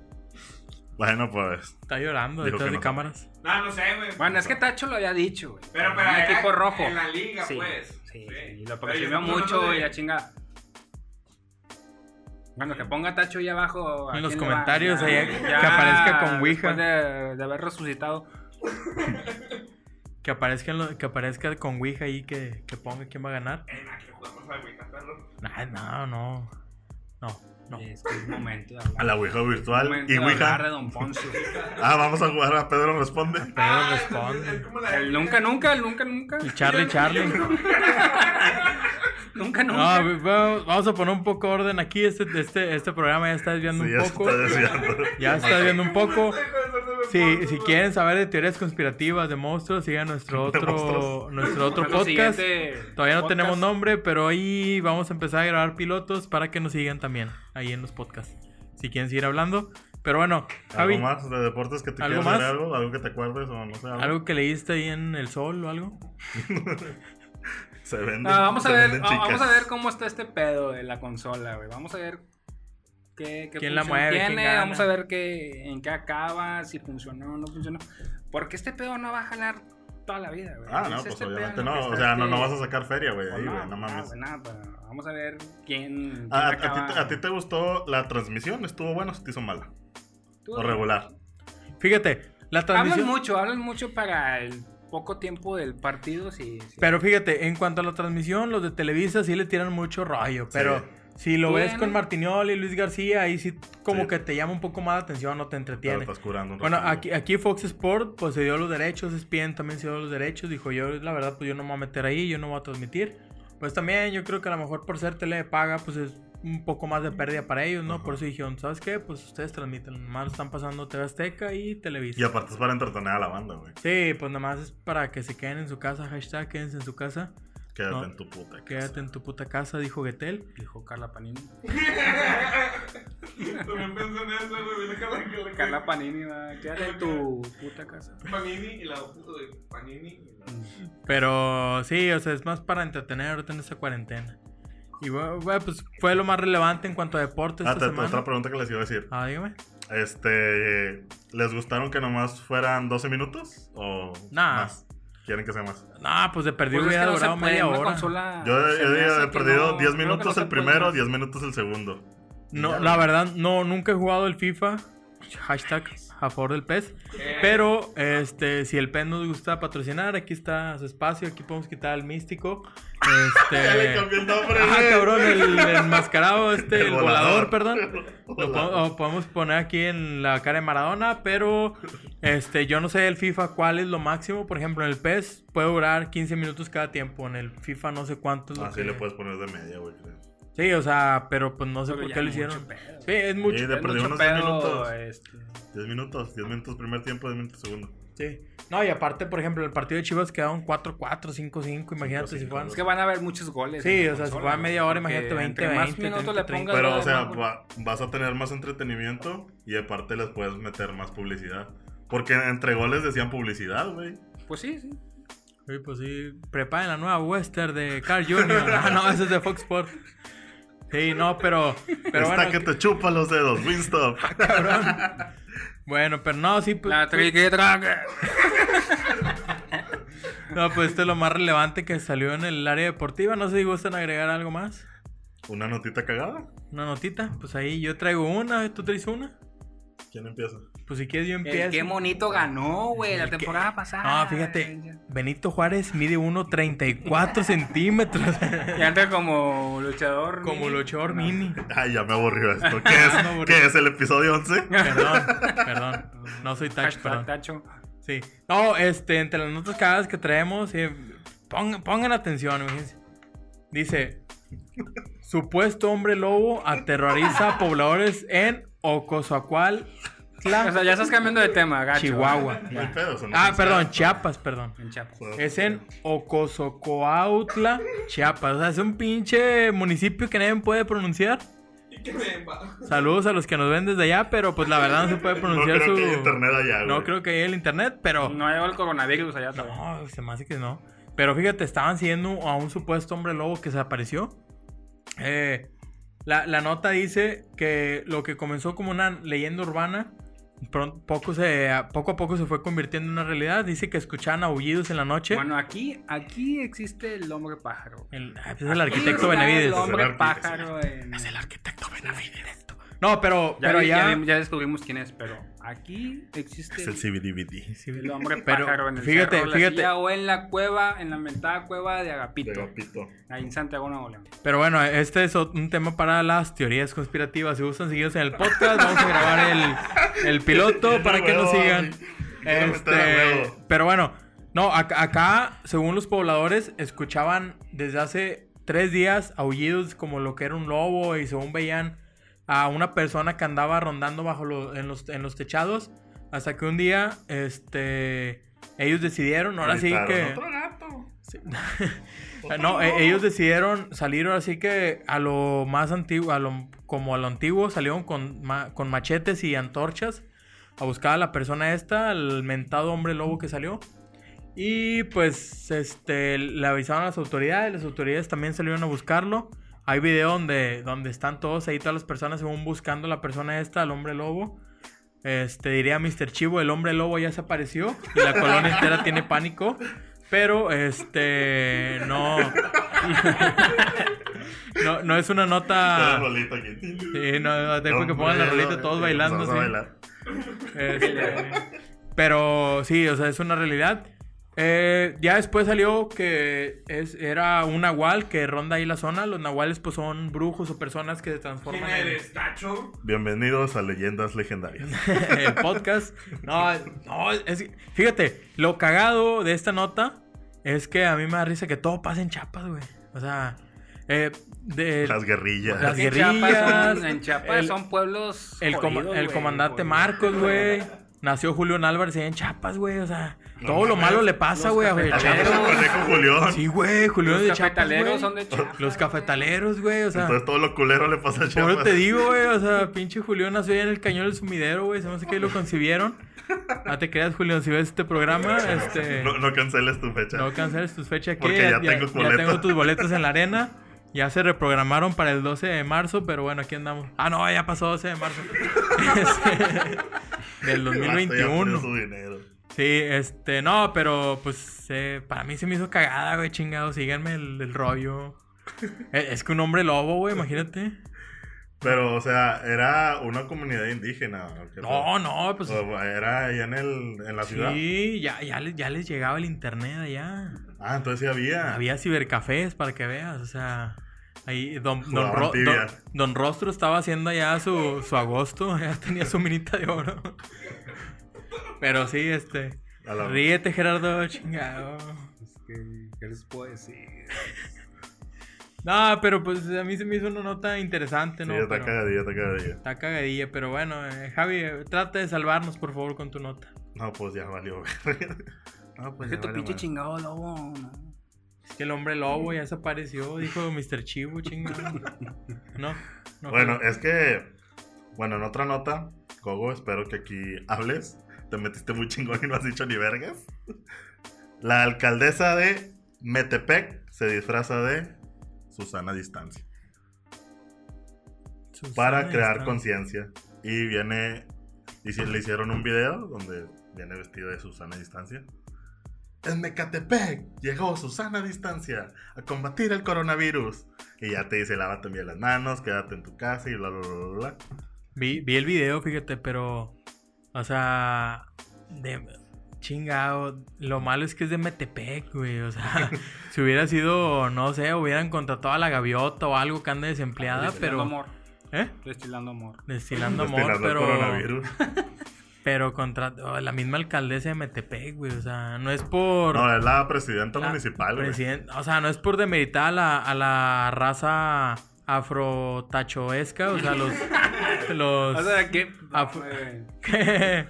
C: Bueno, pues.
E: Está llorando
C: Dijo
E: detrás
C: que
E: de
C: no.
E: cámaras.
D: No, no sé, güey.
B: Bueno, es que Tacho lo había dicho, güey.
D: Pero, pero.
B: Un
D: era
B: equipo rojo.
D: En la liga,
B: Sí,
D: pues.
B: Sí, sí, lo
D: Pero yo
B: aproximó
D: estoy
B: mucho,
D: hablando de-
B: güey, a chinga. Bueno, que ponga Tacho ahí abajo. ¿a
E: En los
B: quién le
E: comentarios,
B: va?
E: ahí, que aparezca con Ouija.
B: después De, de haber resucitado.
E: Que aparezca, en lo- que aparezca con Ouija ahí que, que ponga quién va a ganar.
D: Eh, nah, que jugamos a Wicca, perro.
E: Nah, no, no. No, no.
B: Es que es momento de
C: A
B: hablar.
C: la Ouija
B: Es
C: virtual
B: momento
C: y
B: de hablar de
C: Ouija.
B: Don Poncio.
C: Ah, vamos a jugar a Pedro Responde.
E: Pedro
D: Ah,
E: responde.
D: es- es como la de-
B: El nunca, nunca, el nunca, nunca.
E: El Charlie,
B: (laughs)
E: Charlie.
B: Nunca,
E: No,
B: nunca.
E: ve- ve- vamos a poner un poco de orden aquí. Este, este, este programa ya está desviando
C: Sí,
E: un
C: ya se
E: poco.
C: está desviando.
D: (laughs)
E: Ya está desviando un poco. Si, si quieren saber de teorías conspirativas de monstruos, sigan nuestro otro,
C: monstruos.
E: nuestro otro
B: Bueno,
E: podcast.
B: siguiente
E: Todavía no tenemos
B: podcast.
E: nombre, pero ahí vamos a empezar a grabar pilotos para que nos sigan también ahí en los podcasts. Si quieren seguir hablando. Pero bueno, Javi,
C: ¿Algo
E: ¿algo,
C: más de deportes que te
E: ¿Algo
C: quieras leer?
E: más?
C: Algo, algo que te acuerdes o no sé. Algo,
E: que leíste ahí en El Sol o algo?
C: Se venden.
B: Ah, vamos, a
C: se
B: ver,
C: venden
B: ah, vamos a
C: chicas.
B: ver cómo está este pedo de la consola, güey. Vamos a ver qué, qué
E: ¿Quién la
B: función
E: mueve? ¿Quién
B: tiene.
E: gana?
B: vamos a ver qué, en qué acaba, si funcionó o no funcionó. Porque este pedo no va a jalar toda la vida, güey.
C: Ah,
B: Es
C: no, pues
B: este pedo
C: obviamente
B: en el
C: no.
B: que
C: O
B: está
C: sea, no,
B: este-
C: no vas a sacar feria, güey.
B: o
C: Ahí,
B: no,
C: güey, no
B: ah,
C: mames.
B: güey, nada, pero vamos a ver quién. quién
C: Ah, a, a ti
B: acaba.
C: te- a ti te gustó la transmisión? ¿Estuvo buena o se te hizo mala?
B: Tú-
C: ¿O regular?
E: Fíjate, la
B: Hablan
E: transmisión...
B: mucho, hablan mucho para el poco tiempo del partido. Sí, sí.
E: Pero fíjate, en cuanto a la transmisión, los de Televisa sí le tiran mucho rollo, pero si lo ves
B: Bueno.
E: con Martinioli y Luis García, ahí sí como
C: Sí. pues,
E: que te llama un poco más la atención, no te
C: Te lo
E: entretiene.
C: estás curando. un
E: Bueno,
C: ratito.
E: aquí, aquí Fox Sport pues se dio los derechos, ESPN también se dio los derechos, dijo yo la verdad pues yo no me voy a meter ahí, yo no voy a transmitir. Pues también yo creo que a lo mejor por ser tele de paga pues es un poco más de pérdida para ellos, ¿no? Por eso dijeron, ¿sabes qué? Pues ustedes transmiten, nomás lo están pasando TV Azteca y Televisa.
C: Y aparte es para entretener a la banda, güey.
E: Sí, pues nomás es para que se queden en su casa, hashtag quédense en su casa.
C: Quédate
E: No.
C: en tu puta. casa.
E: Quédate en tu puta casa, dijo Getel.
B: Dijo Carla Panini.
D: (laughs)
F: También pensé en eso, güey. Viene Carla, Carla,
B: Carla Panini va a quedar en tu puta casa.
F: Panini y la puto de Panini. y la-
E: Pero sí, o sea, es más para entretener ahorita en esta cuarentena. Y bueno, bueno, pues fue lo más relevante en cuanto a deportes
C: Ah,
E: esta
C: te- otra
E: semana.
C: pregunta que les iba a decir.
E: Ah, dígame.
C: Este, ¿les gustaron que nomás fueran 12 minutos o
E: Nah.
C: más? ¿Quieren que sea más?
E: No, pues de perdido
B: Pues es
E: hubiera
B: que no se
E: durado
B: puede,
E: media
B: una
E: hora.
B: consola
C: Yo
B: Ah, se me
C: he, he
B: hace que
C: perdido 10
B: no- creo que no
C: minutos
B: se
C: el
B: puede
C: primero,
B: más.
C: 10 minutos el segundo.
E: No, la verdad, no, nunca he jugado el FIFA. Hashtag a favor del PES. Pero, este, si el PES nos gusta patrocinar, aquí está su espacio. Aquí podemos quitar al místico.
C: (laughs) Ya le
E: Este.
C: cambié el nombre,
E: Ah,
C: güey.
E: cabrón, el enmascarado,
C: (laughs)
E: este,
C: El
E: el,
C: volador.
E: volador, perdón.
C: (laughs)
E: Lo
C: Volador.
E: po- o podemos poner aquí en la cara de Maradona, pero este, yo no sé el FIFA cuál es lo máximo. Por ejemplo, en el PES puede durar 15 minutos cada tiempo. En el FIFA no sé cuánto es lo
C: Así
E: que-
C: Ah, le puedes poner de media, güey. creo.
E: Sí, o sea, pero pues no sé
B: Pero
E: por
B: ya
E: qué lo
B: mucho
E: hicieron.
B: pedo.
E: Sí, es mucho.
C: Sí, de
B: Es
C: perdido
B: mucho
C: unos 10
B: pedo,
C: minutos.
B: este,
C: 10 minutos, 10 minutos primer tiempo, 10 minutos segundo.
E: Sí. No, y aparte, por ejemplo, el partido de Chivas quedaron 4-4, 5-5, imagínate si
C: 5-5,
E: fueran...
B: Es que van a haber muchos goles.
E: Sí,
B: en la
E: o sea, si
B: consola,
E: juegan media hora,
B: porque
E: imagínate,
B: entre
E: 20,
B: más
E: 20,
B: minutos le
E: 30.
B: pongas. pues,
C: Pero, o
B: más
C: sea,
B: gol.
C: va- vas a tener más entretenimiento y aparte les puedes meter más publicidad. Porque entre goles decían publicidad, güey.
B: Pues sí, sí.
E: Sí, pues sí, preparen la nueva Western de Carl
C: (laughs)
E: Jr. Ah, no, ese es de Fox Sports. Sí, no, pero... pero
C: Está
E: bueno,
C: que te chupa los dedos, Winstop.
E: bueno, pero no, sí, pues,
B: La triqui traga.
E: no, pues esto es lo más relevante que salió en el área deportiva. No sé si gustan agregar algo más.
C: ¿Una notita cagada?
E: Una notita. Pues ahí yo traigo una, ¿eh? tú traes una.
C: ¿Quién empieza?
E: Pues si quieres yo empiezo.
B: Qué monito ganó, güey, la
E: El que-
B: temporada pasada.
E: Ah, fíjate, Benito Juárez mide 1,34 centímetros.
B: Y anda como
E: (laughs)
B: luchador.
E: Como
B: mini.
E: luchador
B: No.
E: mini.
C: Ay, ya me aburrió esto. ¿Qué
E: (laughs)
C: es,
E: Me aburrió.
C: ¿qué es el episodio 11?
E: (laughs) Perdón, perdón. No soy touch,
B: Hashtag
E: perdón.
B: Tacho.
E: Sí. No, este, entre las notas cagadas que traemos, eh, pongan, pongan atención, imagínense. Dice: Supuesto hombre lobo aterroriza a pobladores en Ocosoacual,
B: O sea, ya estás cambiando de tema,
E: Ah,
B: gacho. ¿eh?
E: Chihuahua.
C: No hay pedo, son
E: Ah,
C: noticias.
E: perdón, Chiapas, perdón.
B: En Chiapas.
E: Es en Ocosocoautla, Chiapas. O sea, es un pinche municipio que nadie puede pronunciar.
F: Y que me va.
E: Saludos a los que nos ven desde allá, pero pues la verdad no se puede
C: No
E: pronunciar
C: creo
E: su.
C: que haya internet allá,
E: no
C: güey.
E: creo que haya el internet, pero.
B: No ha llegado el coronavirus allá tampoco.
E: No, se me hace que no. Pero fíjate, estaban siguiendo a un supuesto hombre lobo que se apareció. Eh, la, la nota dice que lo que comenzó como una leyenda urbana, pron- poco, se, poco a poco se fue convirtiendo en una realidad. Dice que escuchaban aullidos en la noche.
B: Bueno, aquí, aquí existe el hombre pájaro.
E: el, ah, pues es el
B: Aquí
E: arquitecto
B: está
E: Benavides.
B: El hombre
C: Es el arquitecto,
B: pájaro en...
E: Es el arquitecto Benavides. No, pero
B: Ya,
E: pero
B: vi- ya
E: ya...
B: vi- ya descubrimos quién es, pero aquí existe
C: Es el CBDBD.
B: el hombre
E: Pero,
B: pájaro en el
E: fíjate,
B: cerro, la
E: fíjate.
B: silla o en la cueva, en la mentada cueva de Agapito,
C: Pero, pito.
B: ahí en Santiago Nuevo León.
E: Pero bueno, este es ot- un tema para las teorías conspirativas. Si gustan seguirnos en el podcast, vamos a grabar el, el
C: (laughs)
E: piloto para que nos
C: Huevo,
E: sigan.
C: sí. Quiero meter a
E: Este,
C: huevo.
E: pero bueno, no, ac- acá, según los pobladores, escuchaban desde hace tres días aullidos como lo que era un lobo y según veían a una persona que andaba rondando bajo lo- en, los, en los techados. Hasta que un día, este. Ellos decidieron, ahora sí
C: Gritaron,
E: que.
C: "Otro
B: gato.
E: No, e- ellos decidieron salir ahora sí que a lo más antiguo, a lo, como a lo antiguo, salieron con, ma- con machetes y antorchas a buscar a la persona esta, al mentado hombre lobo que salió. Y pues este, le avisaron a las autoridades, las autoridades también salieron a buscarlo. Hay video donde, donde están todos ahí, todas las personas según buscando a la persona esta, al hombre lobo. Este, diría Mr. Chivo, el hombre lobo ya se apareció y la
C: (laughs)
E: colonia entera tiene pánico. Pero, este, no. (laughs) no, no es una
C: Está la
E: nota.
C: rolita aquí.
E: Sí, no, ah. dejo que pongan la
C: Hombre,
E: rolita todos
C: y
E: bailando.
C: empezamos eh, a
E: sí.
C: bailar.
E: Este, pero sí, o sea, es una realidad. Eh, ya después salió que es, era un nahual que ronda ahí la zona. Los nahuales pues son brujos o personas que se
F: ¿Quién
E: transforman
F: (laughs)
E: en (laughs)
F: eres, Tacho?
C: Bienvenidos a Leyendas Legendarias.
E: el podcast. No, no, es, fíjate, lo cagado de esta nota es que a mí me da risa que todo pasa en Chiapas, güey. O sea, eh, de-
C: Las guerrillas.
E: Las
B: En
E: guerrillas,
B: Chiapas son- en Chiapas
E: el-
B: son pueblos.
E: el, coma-
B: jodidos,
E: el
B: güey,
E: comandante
B: jodidos.
E: Marcos,
B: (laughs)
E: güey. Nació Julián Álvarez ahí en Chiapas, güey. O sea,
C: No
E: todo lo
C: mames.
E: malo le pasa,
B: Los
E: güey, a
B: cafetaleros.
E: Belchero.
B: Pero-
C: Conejo Julián.
E: Sí, güey, Julián
B: Los
E: de Chiapas,
B: cafetaleros
E: güey.
B: son de Chiapas.
E: Los cafetaleros, güey, o sea.
C: Entonces todo lo culero le pasa a
E: Por
C: Chiapas.
E: eso te digo, güey, o sea, pinche Julián nació allá en el cañón del sumidero, güey, se me hace que ahí lo concibieron. Ah, te creas, Julián, si ves
C: (laughs)
E: este programa, este...
C: No, no canceles tu fecha.
E: No canceles tus fechas aquí.
C: Porque ya tengo boletos.
E: tengo tus
C: (laughs)
E: boletos en la arena. Ya se reprogramaron para el 12 de marzo, pero bueno, aquí andamos. Ah, no, ya pasó 12 de marzo.
C: Basta Ah,
E: Este, Del
C: ya por
E: 2021.
C: su dinero.
E: Sí, este, no, pero pues eh, para mí se me hizo cagada, güey, chingado. Síganme el,
C: (laughs)
E: el rollo. Eh, Es que un hombre lobo, güey, imagínate.
C: Pero, o sea, era una comunidad indígena. ¿o qué
E: No, no, pues.
C: pedo? O Era allá en, el, en la ciudad.
E: Sí, ya, ya, les, ya les llegaba el internet allá.
C: Ah, entonces sí había.
E: Había cibercafés para que veas, o sea. Ahí don, don,
C: Jugaban
E: Ro-
C: tibia.
E: don- Don Rostro estaba haciendo ya su, su agosto, (laughs) ya tenía su minita de oro. Pero sí, este.
C: A la-
E: Ríete, Gerardo, chingado.
B: Es que, ¿Qué les puedo decir?
E: No, pero pues a mí se me hizo una nota interesante,
C: Sí,
E: ¿no?
C: está
E: Pero-
C: cagadilla, está cagadilla.
E: está cagadilla, pero bueno, eh, Javi, eh, trata de salvarnos, por favor, con tu nota.
C: No, pues ya valió. (laughs) no, pues
B: Es
C: ya
B: que tu
C: valió
B: pinche
C: madre.
B: chingado lobo. ¿no?
E: Es que el hombre lobo ya se apareció, dijo Mr. Chivo, chingado. No,
C: (laughs)
E: no.
C: Bueno, eh,
E: Javi.
C: es que. Bueno, en otra nota, Gogo, espero que aquí hables. Te metiste muy chingón y no has dicho ni vergas. La alcaldesa de Metepec se disfraza de Susana Distancia
E: Susana
C: para crear
E: está-
C: conciencia. Y viene. Y si le hicieron un video donde viene vestido de Susana Distancia. En Mecatepec llegó Susana Distancia a combatir el coronavirus. Y ya te dice: lávate bien las manos, quédate en tu casa y bla, bla, bla, bla, bla.
E: Vi, vi el video, fíjate, pero. O sea. De, chingado. Lo malo es que es de Metepec, güey.
C: (laughs)
E: O sea, si hubiera sido, no sé, hubieran contratado a la gaviota o algo que ande desempleada,
B: Destilando
E: pero.
B: amor.
E: ¿Eh?
B: Destilando amor.
E: Destilando amor,
C: Destilando el
E: pero. (laughs)
C: coronavirus.
E: Pero contra oh, la misma alcaldesa de Metepec, güey. O sea, no es por.
C: No, es la presidenta
E: la
C: municipal, güey.
E: presiden- O sea, no es por demeritar a la, a la raza afrotachoesca. O sea, los. los... (laughs)
B: O sea, que. (laughs)
E: Ah, fu-
C: Que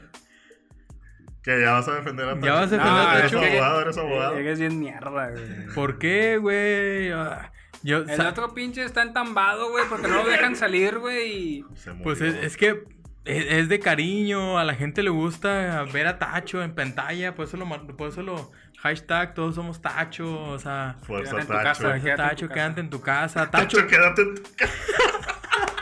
C: ya vas a defender a Tacho. Ah,
E: Ya vas a defender
B: a
C: Eres
B: Tacho.
C: abogado, eres abogado.
B: Eres bien mierda, güey.
E: ¿Por qué, güey? Ah, Yo,
B: El
E: sa-
B: otro pinche está entambado, güey, porque no lo dejan salir, güey. y-
C: Se murió.
E: pues es, es que es, es de cariño, a la gente le gusta ver a Tacho en pantalla, por eso lo, ma- por eso lo hashtag todos somos Tacho, o sea,
C: Fuerza,
B: Quédate en tu
C: Tacho.
E: por
B: casa.
E: eso
B: quédate en
E: Tacho,
B: tu casa.
E: quédate en tu casa, Tacho,
C: Tacho, quédate
E: (laughs)
C: en tu casa.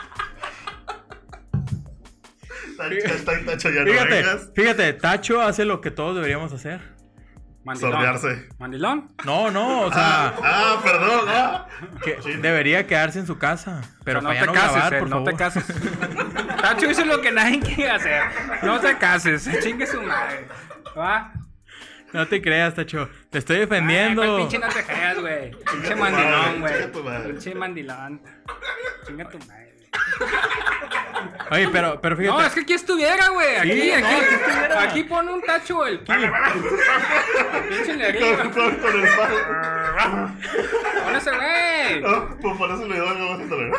C: Tacho, hashtag Tacho, ya no
E: fíjate,
C: vengas.
E: fíjate, Tacho hace lo que todos deberíamos hacer.
B: Mandilón.
C: Sordearse.
B: Mandilón.
E: No, no, o sea,
C: Ah, perdón, ah.
E: que debería quedarse en su casa, pero
B: O sea,
E: para ya no grabar,
B: eh,
E: por
B: no
E: favor.
B: te cases. (laughs) Tacho hizo lo que nadie quiere hacer. No te cases, (laughs) chingue su madre. ¿Va?
E: No te creas, Tacho, te estoy
B: Ay,
E: defendiendo.
B: Ah, cuál pinche no te creas, güey. Pinche
C: tu madre,
B: mandilón,
C: chinga tu
B: güey.
C: madre.
B: Pinche mandilón. Chinga tu madre. güey.
E: Oye, pero, pero fíjate.
B: No, es que aquí estuviera, güey. Aquí,
E: Sí, no,
B: aquí.
E: aquí estuviera.
B: Aquí pone un tacho
C: (laughs)
B: el pinche
C: Con,
B: negrito.
C: con, con el
E: (laughs)
C: palo.
B: Pónese, güey.
C: No, pues por eso le dio algo más haciéndole.
B: O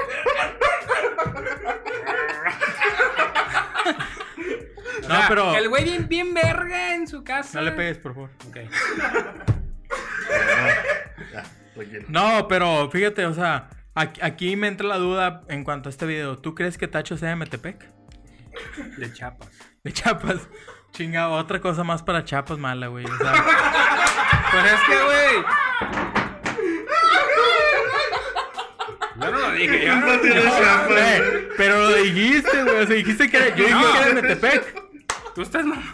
E: No, pero-
B: El güey bien, bien verga en su casa.
E: No le pegues, por favor.
B: Ok.
C: Ya, tranquilo.
E: No, pero fíjate, o sea, aquí, aquí me entra la duda en cuanto a este video. ¿Tú crees que Tacho sea de Metepec?
B: De chapas.
E: De Chiapas. Chinga, otra cosa más para Chiapas mala, güey. o
B: (laughs)
E: sea.
B: Pero Pues es que, güey. Yo no lo dije, yo no
C: No tiene chapa,
E: Eh,
C: güey.
E: pero lo dijiste, güey. O sea, dijiste que era, yo dije que era de Metepec.
B: Tú estás mamando.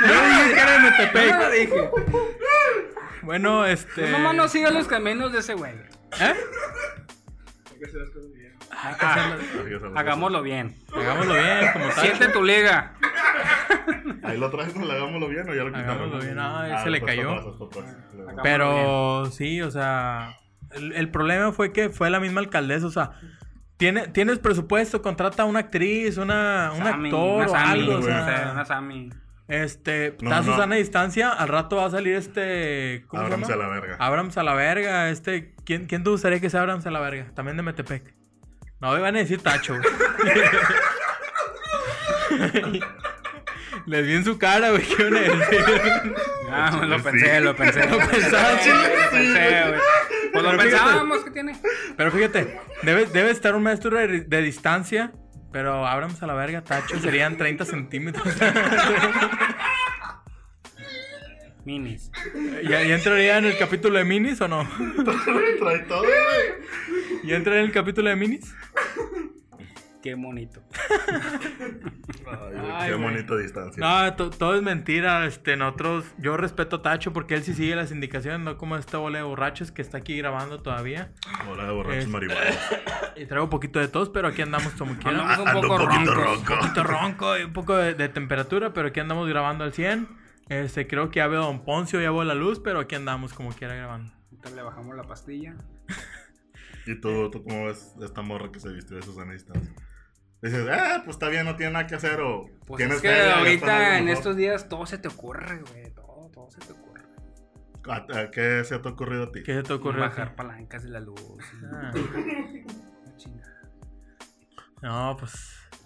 E: Yo dije que era de
B: Yo no lo
E: Metepec.
B: (laughs) dije.
E: Bueno, este.
B: No no sigue los caminos de ese güey.
E: ¿Eh?
F: Hay que hacer las cosas bien.
B: Ah, Hagámoslo bien.
E: Hagámoslo bien, como tal.
B: Siente tu liga.
C: Ahí lo traes, ¿no? ¿Le hagámoslo bien o ya lo quitaron?
E: Hagámoslo bien. Ah, se
C: lo
E: le
C: pasó,
E: cayó.
C: pasó, pasó, pasó.
B: Acá.
E: Pero sí, o sea, el, el problema fue que fue la misma alcaldesa, o sea, tiene, tienes presupuesto, contrata a una actriz, una, un
B: Sammy,
E: actor o
B: una Sammy,
E: algo, o
C: güey.
E: sea,
B: no sé, una Sammy.
E: este,
C: No,
E: está a
C: no.
E: Susana a distancia, al rato va a salir este, ¿cómo se
C: Abrams
E: llama?
C: a la verga.
E: Abrams a la verga, este, ¿quién, quién te gustaría que sea Abrams a la verga? También de Metepec. No, iban a decir Tacho. güey. (laughs) Les vi en su cara, güey, qué iban a decir. (laughs)
B: Ah, pues lo
C: Sí.
B: pensé, lo pensé.
E: Lo pensaste.
B: Sí, lo pensé, güey. Pues lo
E: Pero fíjate.
B: pensábamos que tiene.
E: Pero fíjate, debe, debe estar un maestro de, de distancia, pero abramos a la verga, tacho, serían 30 centímetros. (laughs)
B: Minis.
E: ¿Ya, ya entraría en el capítulo de minis o no?
C: (laughs) Trae todo, güey.
E: ¿Ya entraría en el capítulo de minis?
B: Qué bonito.
C: Ay, güey,
E: Ay,
C: qué
E: güey.
C: bonita distancia.
E: No, to- todo es mentira. Este, nosotros, yo respeto a Tacho porque él sí sigue las indicaciones, no como esta bola de borrachos que está aquí grabando todavía.
C: Hola, de borrachos
E: Es-
C: marihuanos.
E: Y traigo un poquito de tos, pero aquí andamos
B: (laughs)
E: como quiera.
B: Andamos un
C: Ando
B: poco roncos.
E: Un poquito ronco y un poco de, de temperatura, pero aquí andamos grabando al 100. Este, creo que ya veo a Don Poncio, ya veo la luz, pero aquí andamos como quiera grabando.
B: Ahorita le bajamos la pastilla.
C: ¿Y tú, tú cómo ves esta morra que se vistió de Susana a distancia? Dices, ah, pues está bien, no tiene nada que hacer o...
B: Pues
C: tienes
B: es que
C: feria,
B: ahorita
C: gastamos
B: en
C: mejor.
B: estos días todo se te ocurre, güey. Todo, todo se te ocurre.
C: ¿A- a Ah, ¿Qué se te ha ocurrido a ti?
E: ¿Qué se te ocurrió?
B: Bajar palancas de la luz. y
E: Ah,
B: la chingada.
E: no, pues,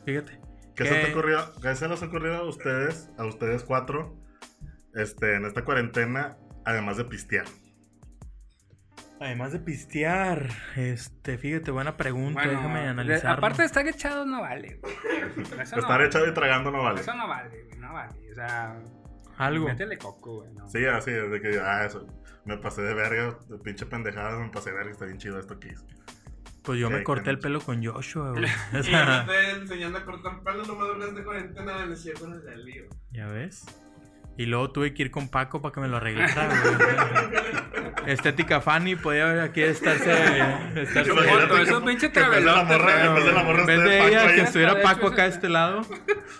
E: fíjate.
C: ¿Qué,
E: ¿Qué?
C: se te ha ocurrido? ¿Qué se les ha ocurrido a ustedes, a ustedes cuatro, este, en esta cuarentena, además de pistear?
E: Además de pistear, este, fíjate, buena pregunta,
B: Bueno,
E: déjame
B: de-
E: analizar.
B: Aparte de estar echado no vale, güey. Eso no
C: Estar
B: vale.
C: echado y tragando no vale.
B: Eso no vale, güey. No vale. O sea,
E: algo.
B: métele coco, güey. No.
C: Sí, así, de que, ah, eso, me pasé de verga, de pinche pendejada, me pasé de verga, está bien chido esto que hice.
E: Pues yo me
C: Sí,
E: corté
C: que-
E: el pelo con Joshua,
B: (laughs)
E: güey. O
F: Y yo
E: sea,
F: te enseñando a cortar pelo, nomás
D: este
F: duraste 40 nada, le decía con el lío.
E: ¿Ya ves? Y luego tuve que ir con Paco para que me lo arreglara, güey.
C: (laughs)
E: Estética Fanny podía haber aquí estarse. estarse-
C: Imagínate
B: Foto, eso
C: que-
B: pinche
C: que en vez de la
B: travelote,
C: morra, en vez de la morra
E: en vez
C: esté
E: de
C: Paco
E: ella,
C: ahí,
E: que estuviera
B: (laughs) De hecho,
E: Paco acá
B: sí.
E: de este lado.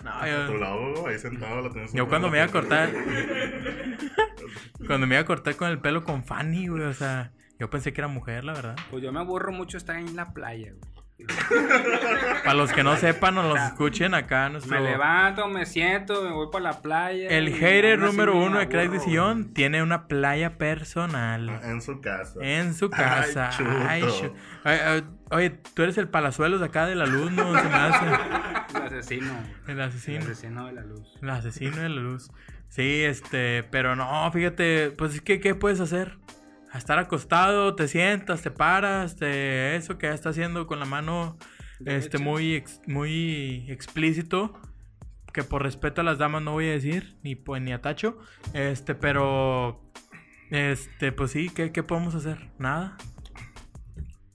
E: No,
C: a tu
E: yo,
C: lado, ahí sentado, la tenés
E: Ah. yo cuando me iba
C: (laughs)
E: a cortar. Cuando me iba a cortar con el pelo con Fanny, güey. O sea, yo pensé que era mujer, la verdad.
B: Pues yo me aburro mucho estar en la playa, güey.
E: Para los que no sepan o los escuchen acá, nuestro.
B: Me levanto, me siento, me voy para la playa.
E: El
B: y
E: hater
B: aún así
E: número
B: me
E: uno de Craig de
B: aburro, güey.
E: Sillón tiene una playa personal.
C: En su casa.
E: En su casa.
C: Ay, chuto.
E: Ay, chu- Ay, ay, Oye, tú eres el palazuelos de acá de la luz, ¿no? Se me hace.
B: El asesino. güey.
E: El asesino.
B: El asesino de la luz.
E: El asesino de la luz. Sí, este, pero no, fíjate, pues es que, ¿qué puedes hacer? A estar acostado, te sientas, te paras, te, eso que ya está haciendo con la mano, este,
B: Derecha.
E: muy, ex- muy explícito, que por respeto a las damas no voy a decir, ni, pues, ni a Tacho, este, pero, este, pues sí, ¿qué, qué podemos hacer? Nada.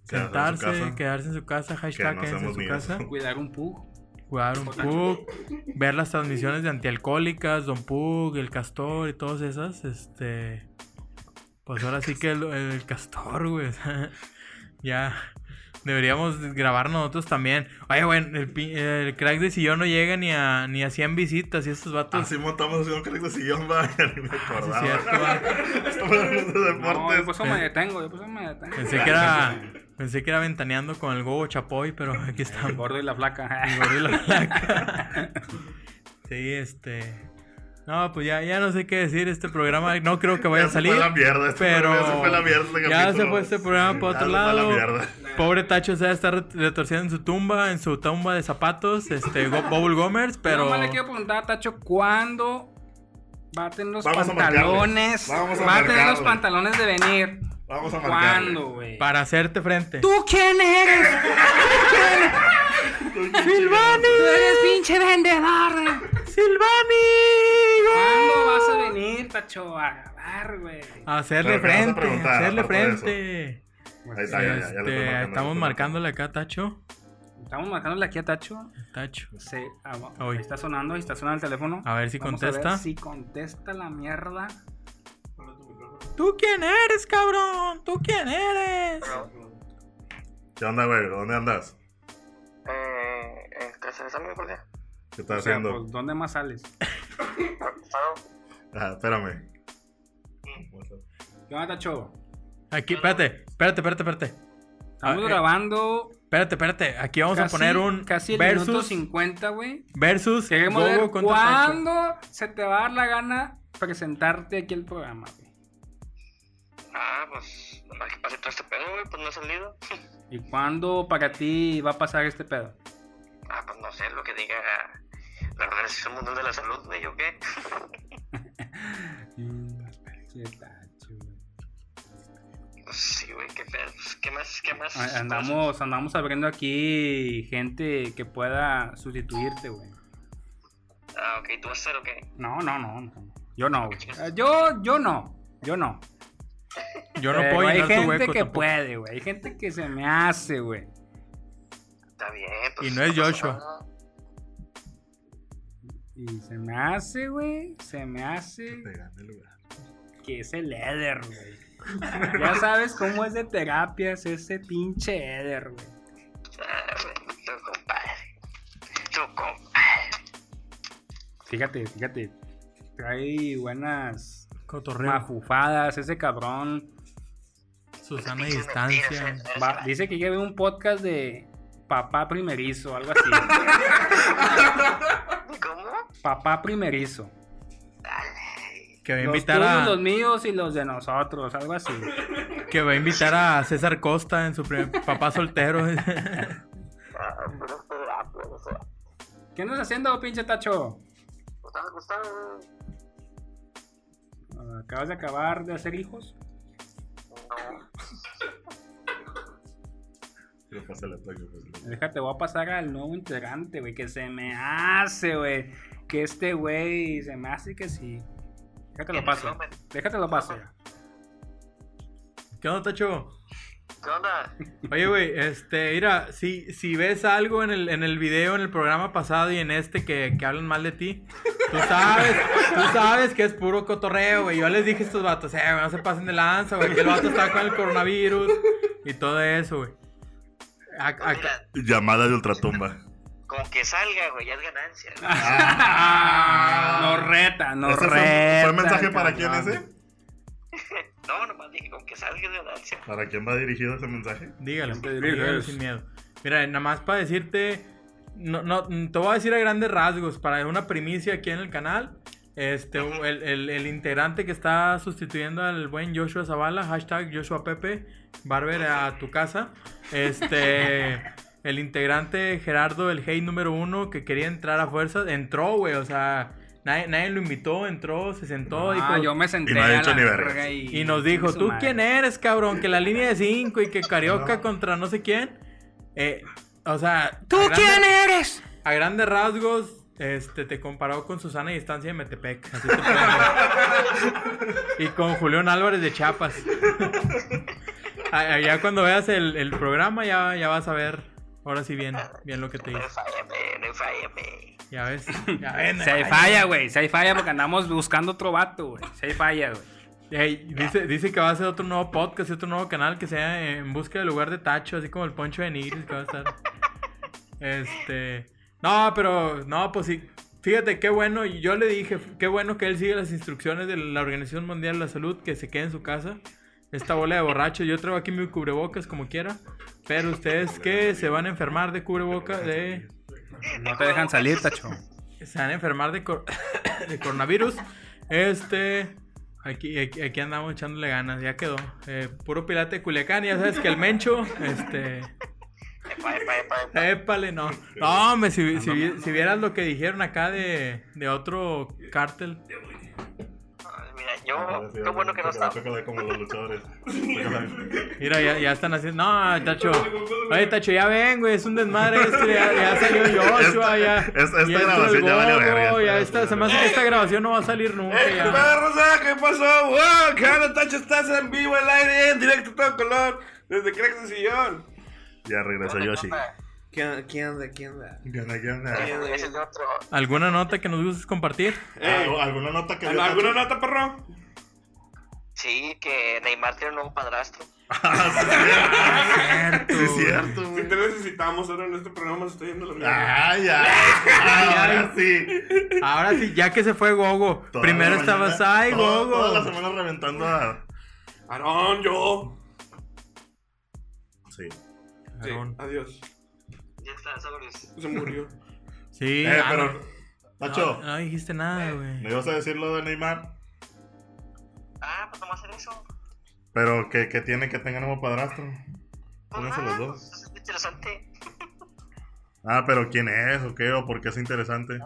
C: Quedarse en su
E: Sentarse,
C: casa.
E: quedarse en su casa, hashtag
C: no
E: quédense en
C: hacemos
E: su
C: ni
E: casa
C: eso.
B: Cuidar un pug.
E: (laughs) jugar un Pug, ver las transmisiones de antialcohólicas, Don Pug, el Castor y todas esas, este pues ahora sí que el, el Castor, güey. o sea, (laughs) ya deberíamos grabar nosotros también. Oye, güey, el, pi- el crack de sillón no llega ni a ni a 100 visitas y estos vatos
C: Así montamos un crack de sillón, (laughs) va, ni me
E: Ah, sí,
C: acordaba.
E: cierto, pues,
C: (laughs)
E: va.
C: Estamos hablando de
B: No,
C: deportes.
B: yo por eso me detengo, yo por eso me detengo.
E: Eh. Pensé que era
C: (laughs)
E: pensé que era ventaneando con el Gogo Chapoy, pero aquí estamos. (laughs)
B: El gordo y la flaca.
E: El gordo y la flaca. Sí, este. No, pues ya, ya no sé qué decir. Este programa no creo que vaya
C: Ya
E: a
C: se
E: salir.
C: fue la mierda, este
E: pero
C: programa ya se fue la mierda este
E: ya se
C: capítulo.
E: fue este programa para
C: Ya
E: otro
C: se fue a la
E: lado.
C: mierda.
E: Pobre Tacho, se va a estar ret- retorciendo en su tumba, en su tumba de zapatos, este, Go- Bubble Gomers,
B: Pero.
E: pero.
B: le quiero preguntar a Tacho cuándo va a tener los
C: Vamos a marcarle.
B: pantalones.
C: Vamos a
B: va a tener
C: marcarle.
B: los pantalones de venir.
C: Vamos a marcarle.
B: ¿Cuándo,
C: (laughs)
B: güey?
E: Para hacerte frente.
B: ¿Tú quién eres?
E: ¡Silvani!
B: Tú eres pinche vendedor. güey. ¿Cuándo
E: ¡Silvani!
B: vas a venir, Tacho? A grabar, güey.
E: A hacerle
C: Pero que vas a
E: frente,
C: preguntar,
E: a hacerle
C: aparte de eso.
E: frente.
B: Pues
C: Ahí está, ya, ya, ya le estoy
E: Este,
C: marcando,
E: estamos
C: ya
E: marcándole acá, Tacho.
B: Estamos marcándole aquí a Tacho.
E: Tacho.
B: Sí, ah, va-
E: Oy.
B: ahí está sonando, ahí está sonando el teléfono.
E: A ver si
B: Vamos
E: contesta.
B: A ver si contesta la mierda.
E: ¿Tú quién eres, cabrón? ¿Tú quién eres?
C: ¿Qué onda, güey? ¿Dónde andas?
G: Eh, este, se me está muy cordial.
C: ¿Qué estás
B: O sea,
C: haciendo?
B: pues, ¿dónde más sales?
G: Paro.
B: pues,
C: Ah, espérame. Ah, pues,
B: ¿Qué onda, Tacho?
E: Aquí, espérate, espérate, espérate, espérate.
B: Estamos
E: Ah, eh,
B: grabando.
E: Espérate, espérate. Aquí vamos
B: casi-
E: a poner un
B: Casi el minuto
E: versus.
B: 50, güey.
E: Versus
B: Queremos ver
E: Gogo contra Tacho.
B: cuándo se te va a dar la gana presentarte aquí al programa, güey.
G: Ah, pues, nomás que pase todo este pedo, güey, pues no he salido.
B: ¿Y cuándo para ti va a pasar este pedo?
G: Ah, pues no sé lo que diga la Organización Mundial de la Salud, güey, yo qué.
B: Sí, Tacho, güey.
G: Pues sí, güey, qué pedo. Pues, ¿Qué más? ¿Qué
E: Ah,
G: más?
B: A- Andamos, andamos abriendo aquí gente que pueda sustituirte, güey.
G: Ah, ok, ¿tú vas a hacer o qué?
B: No, no, no, no. Yo no, güey. Eh, Yo, yo no. Yo no.
E: Yo no
B: Pero
E: puedo
B: Eh, Hay
E: llenar tu
B: gente
E: hueco
B: que
E: tampoco.
B: puede, güey. Hay gente que se me hace, güey.
G: Está bien, pues.
E: Y no es
G: pasa
E: Joshua.
G: nada.
B: Y se me hace, güey. Se me hace
C: Te gané el lugar.
B: que es el Eder, güey. (laughs) ya sabes cómo es de terapias ese pinche Eder, güey.
G: Ah, güey, tu compadre.
E: Pues
G: Tu compadre.
B: Fíjate, fíjate. Trae buenas
E: Cotorreo.
B: majufadas. Ese cabrón
E: Susana
G: Pinches
E: distancia.
G: mentiras, ¿eh? eres-
B: Va- dice que lleve un podcast de papá primerizo, algo así.
G: ¿Cómo?
B: papá primerizo.
E: Que va a
B: Los
E: invitar
B: tuyos,
E: a,
B: los míos y los de nosotros, algo así.
E: que va a invitar a César Costa en su primer papá soltero. (laughs)
G: Ah, pero este vato, o sea,
B: ¿Qué andas haciendo, pinche tacho?
G: pues, estaba gustado, güey.
B: Ah, ¿Acabas de acabar de hacer hijos?
G: No.
C: Pero pásale a Toño, pues.
B: Déjate, voy a pasar al nuevo integrante, güey, que se me hace, güey. Que este güey se me hace que sí. Déjate lo paso. Déjate lo paso.
E: ¿Qué onda, Tacho?
G: ¿Qué onda?
E: Oye, güey, este, mira, si, si ves algo en el, en el video, en el programa pasado y en este que, que hablan mal de ti, tú sabes, tú sabes que es puro cotorreo, güey. Yo les dije a estos vatos, eh, güey, no se pasen de lanza, güey, que el vato está con el coronavirus y todo eso, güey. A- a-
G: Mira,
C: Llamada de ultratumba. (laughs)
G: Con que salga, güey, ya es ganancia. güey.
B: Ah, nos reta, nos
C: ¿Ese fue-
B: reta.
C: fue mensaje para quién
B: cabrón.
C: ese?
G: No, nomás dije, con que salga es ganancia.
C: ¿Para quién va dirigido ese mensaje?
E: Dígalo,
B: Siempre diriges.
E: dígalo sin miedo. Mira, nada más para decirte, no, no, mm, te voy a decir a grandes rasgos, para una primicia aquí en el canal, este, el, el- el integrante que está sustituyendo al buen Joshua Zavala, hashtag Joshua Pepe, Barber a tu casa,
B: (laughs)
E: este, el integrante Gerardo, el hey número uno, que quería entrar a fuerzas, entró, güey, o sea, nadie, nadie lo invitó, entró, se sentó, dijo,
B: Ah, yo me senté.
C: Y no ha
B: a
C: dicho
B: la
C: ni verga.
B: verga y-
E: y nos dijo,
B: Su
E: ¿tú
B: madre.
E: quién eres, cabrón? Que la línea de 5
B: (laughs)
E: y que Carioca contra no sé quién. Eh, o sea... ¿Tú quién eres? A grandes rasgos, este, te comparó con Susana Distancia de Metepec. así te pongo. y con Julián Álvarez de Chiapas. Ah, ah, ya cuando veas el, el programa ya, ya vas a ver, ahora sí bien, bien lo que te
G: No
E: dice.
G: fállame, no fállame.
E: Ya ves, ya ven.
B: Si hay falla, güey. Si hay falla porque andamos buscando otro vato, güey. Si hay falla, güey.
E: Ey, dice, dice que va a ser otro nuevo podcast y otro nuevo canal que sea en busca del lugar de Tacho, así como el Poncho de Nigris que va a estar. Este. No, pero. No, pues sí. Fíjate, qué bueno. y Yo le dije, qué bueno que él sigue las instrucciones de la Organización Mundial de la Salud, que se quede en su casa. Esta bola de borrachos. Yo traigo aquí mi cubrebocas como quiera. Pero ustedes que se van a enfermar de cubrebocas, de.
B: No te dejan salir, tacho.
E: se van a enfermar de, cor- (coughs) de coronavirus. Este. Aquí, aquí, aquí andamos echándole ganas, ya quedó. Eh, puro pilate de Culiacán, ya sabes que el mencho, este.
G: Epa, epa, epa,
E: (laughs)
G: epa.
E: Épale, no. No, hombre, si, si vi- si vieras lo que dijeron acá de, de otro cártel.
G: Ay, Mira, yo, qué bueno que no estaba.
C: Tócala como los luchadores. Tócala.
E: Mira, ya, ya están haciendo. No, Tacho. Oye, Tacho, ya ven, güey. Es un desmadre este. Ya, ya salió Joshua. Ya,
C: Esta- esta- esta
E: ya entró el
C: grabación ya valió
E: Bobo,
C: verga,
E: ya
C: esta-
E: esta- se me hace que esta grabación no va a salir nunca.
D: ¡Eh,
E: ya.
D: Rosa! ¿Qué pasó? ¡Wow! ¿Qué onda, Tacho? Estás en vivo, al aire, en directo, todo color. Desde Cracks de Sillón.
C: Ya regresó Yoshi.
D: ¿Qué onda? ¿Qué onda? ¿Qué onda?
C: ¿Qué onda, qué onda?
G: Ese es de otro.
E: ¿Alguna nota que nos gustes compartir?
D: Ey,
C: Ah, ¿Alguna nota que dio
D: ¿Alguna
C: (laughs) Nacho?
D: nota, perro?
G: Sí, que Neymar tiene un nuevo padrastro.
E: Cierto.
C: Ah, (laughs) Sí, es cierto,
F: Si
C: güey.
F: te necesitamos ahora en este programa, se está yendo la mierda.
C: Ah, (laughs) ya. Ahora sí.
E: Ahora sí, ya que se fue Gogo.
C: Toda
E: Primero
C: la
E: estaba
C: mañana-
E: Sai,
C: toda-
E: Gogo.
C: Toda la semana reventando a.
F: Aarón, yo.
C: Sí.
F: Sí,
E: Aarón.
F: adiós.
G: Ya está, sobres.
F: Se
E: (laughs)
F: murió.
E: Sí.
C: Eh,
E: ah,
C: pero.
E: no,
C: Nacho,
E: no dijiste nada,
C: me
E: güey.
C: ibas a decir lo de Neymar,
G: Ah, pues nomás en eso.
C: pero que, que tiene que tenga nuevo padrastro.
G: Pues
C: Pónganse
G: nada,
C: los dos.
G: pues, Es interesante.
C: Ah, pero ¿quién es o qué? ¿O por qué es interesante?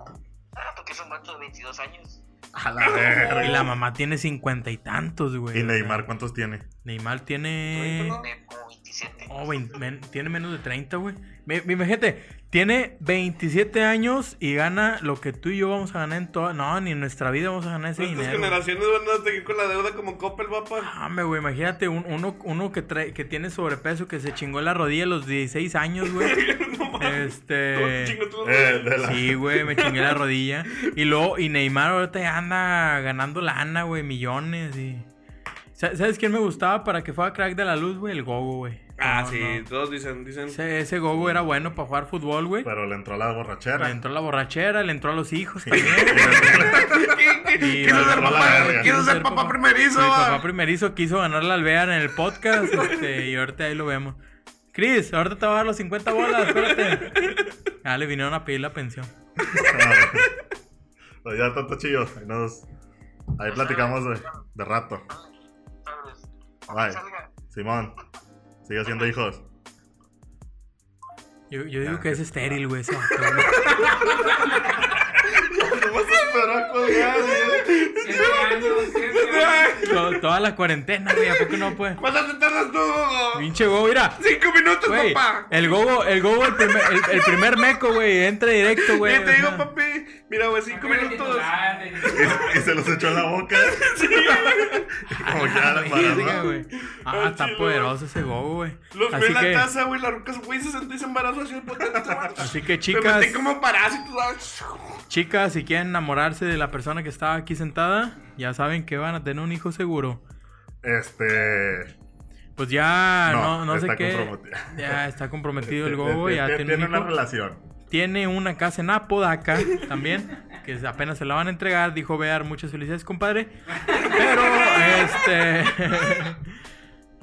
G: Ah, porque es un vato de 22 años.
C: A la verga.
E: Y la mamá tiene cincuenta y tantos, güey.
C: ¿Y
E: o sea,
C: Neymar cuántos tiene?
E: Neymar tiene.
G: Tiene como 27.
E: Oh, vein- men- tiene menos de 30, güey. Mi, mi- mi gente, tiene 27 años y gana lo que tú y yo vamos a ganar en toda. No, ni en nuestra vida vamos a ganar
D: Pues
E: ese
F: Estas
E: dinero.
F: generaciones van a seguir con la deuda como Coppel, papá. (laughs)
E: Ah, me, güey, imagínate un- uno, uno que, trae, que tiene sobrepeso, que se chingó la rodilla a los 16 años, güey. este.
F: Chinga tú.
C: Eh, de la-
E: Sí, güey, me chingué la rodilla. Y luego, y Neymar ahorita ya anda ganando lana, güey, millones y. ¿Sa- ¿Sabes quién me gustaba para que fuera crack de la luz, güey? El Gogo, güey.
D: Ah,
E: No,
D: sí,
E: no.
D: todos dicen, dicen.
E: Ese, ese Gogo era bueno para jugar fútbol, güey.
C: Pero le entró la borrachera.
E: Le entró a la borrachera, le entró a los hijos
D: (laughs)
E: también.
C: (laughs)
E: Y
D: Quiso
E: la-
D: ser
C: la
D: papá,
C: verga.
D: quiso ser papá primerizo,
E: Mi
D: va.
E: papá primerizo quiso ganar la alvear en el podcast. este, y ahorita ahí lo vemos. Chris, ahorita te va a dar los 50 bolas, espérate. Ah, le vinieron a pedir la pensión.
C: No, ya tanto chillo. Ahí, nos... ahí platicamos de, de rato.
G: Sobres.
C: Bye.
G: Ah, pues, Salga.
C: Simón, sigue siendo hijos.
E: Yo, yo
D: Ah,
E: digo que es estéril, güey. ese vato, güey.
C: ¿Cómo se esperó a colgar?
E: To- Toda la cuarentena, güey. ¿A poco no
F: (laughs)
E: puede?
D: ¿Cuánto te tardas tú, Gogo?
E: Pinche Gogo, mira.
D: Cinco minutos,
E: Güey,
D: papá.
E: el Gogo, el Gogo, el primer, el, el primer meco, güey. Entra directo, este güey.
D: Y te digo,
E: Ajá.
D: papi, mira, güey, cinco minutos.
C: Y, y se los echó en la boca.
F: (laughs)
C: Como que ya la
E: Verga,
C: parada.
E: güey. Ah, está
F: chilo.
E: poderoso ese Gogo, güey.
F: Los ve
E: Así
F: en la
E: que,
F: casa, güey. La ruca, güey, se sentó y se embarazó así de potente.
E: (laughs) así que
F: Me
E: chicas,
F: metí como parásito, ¿sabes? (laughs)
E: chicas, si quieren enamorarse de la persona que está aquí sentada, ya saben que van a tener un hijo seguro.
C: Este.
E: Pues ya, no,
C: No,
E: no sé
C: está
E: qué.
C: comprometido.
E: Ya está
C: (laughs)
E: comprometido el Gogo,
C: este,
E: ya
C: tiene,
E: tiene, un
C: una
E: hijo.
C: relación.
E: Tiene una casa en Apodaca también, que apenas se la van a entregar. Dijo Bear, muchas felicidades, compadre. Pero, este.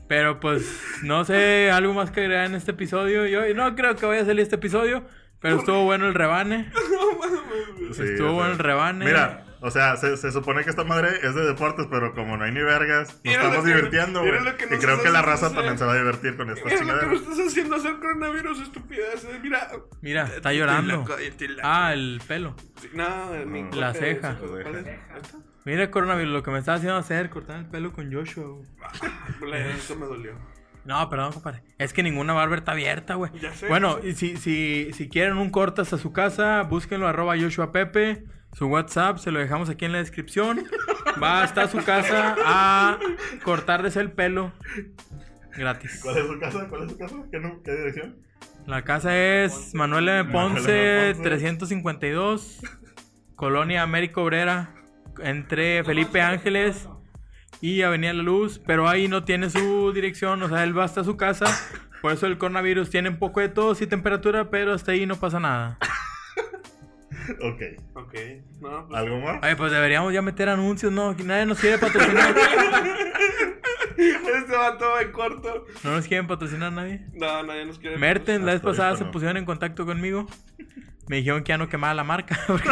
E: Pero pues, no sé, algo más que agregar en este episodio. Yo no creo que vaya a salir este episodio, pero estuvo bueno el rebane.
C: Sí,
E: Estuvo
C: o sea,
E: el rebane.
C: Mira, o sea, se, se supone que esta madre es de deportes, pero como no hay ni vergas, nos
F: Mira lo
C: estamos
F: que-
C: divirtiendo,
F: mira
C: güey.
F: lo que
C: Y
F: nos
C: creo que la
F: haces
C: raza
F: hacer.
C: también se va a divertir con esta
F: Mira Eh, lo que me
C: chingadera.
F: estás haciendo hacer coronavirus, estupidez. eh, Mira.
E: Mira, está
F: Estoy
E: llorando.
F: loco, estoy loco.
E: Ah, el pelo.
F: Sí, No, mi
C: La
F: coca,
E: ceja.
F: eso, ¿cuál es? ¿Esta?
E: Mira, coronavirus, lo que me estaba haciendo hacer, cortar el pelo con Joshua, güey.
F: Bla, Eso me dolió.
E: No, perdón, compadre. Es que ninguna barber está abierta, güey.
F: Ya sé.
E: Bueno, y si, si, si quieren un cortas a su casa, búsquenlo arroba Joshua Pepe. Su WhatsApp se lo dejamos aquí en la descripción. Va hasta su casa a cortarles el pelo gratis.
C: ¿Cuál es su casa? ¿Cuál es su casa? ¿Qué, nu- qué dirección?
E: La casa es Manuel M. Ponce,
C: Manuel M. Ponce.
E: 352, Colonia América Obrera, entre Felipe Ángeles y Avenida La Luz, pero ahí no tiene su dirección, o sea, él va hasta su casa. Por eso el coronavirus tiene un poco de tos y temperatura, pero hasta ahí no pasa nada.
C: Ok.
F: Ok. No, pues.
C: ¿Algo más?
E: Oye, pues deberíamos ya meter anuncios, ¿no? Que Nadie nos quiere (laughs) patrocinar.
F: (laughs) Este vato va en corto.
E: No nos quieren patrocinar nadie.
F: No, nadie nos quiere. (laughs)
E: Mertens, la vez
C: Hasta ahorita
E: pasada se
C: no.
E: pusieron en contacto conmigo. Me dijeron que ya no quemaba la marca. (laughs) Pero
D: ¿Qué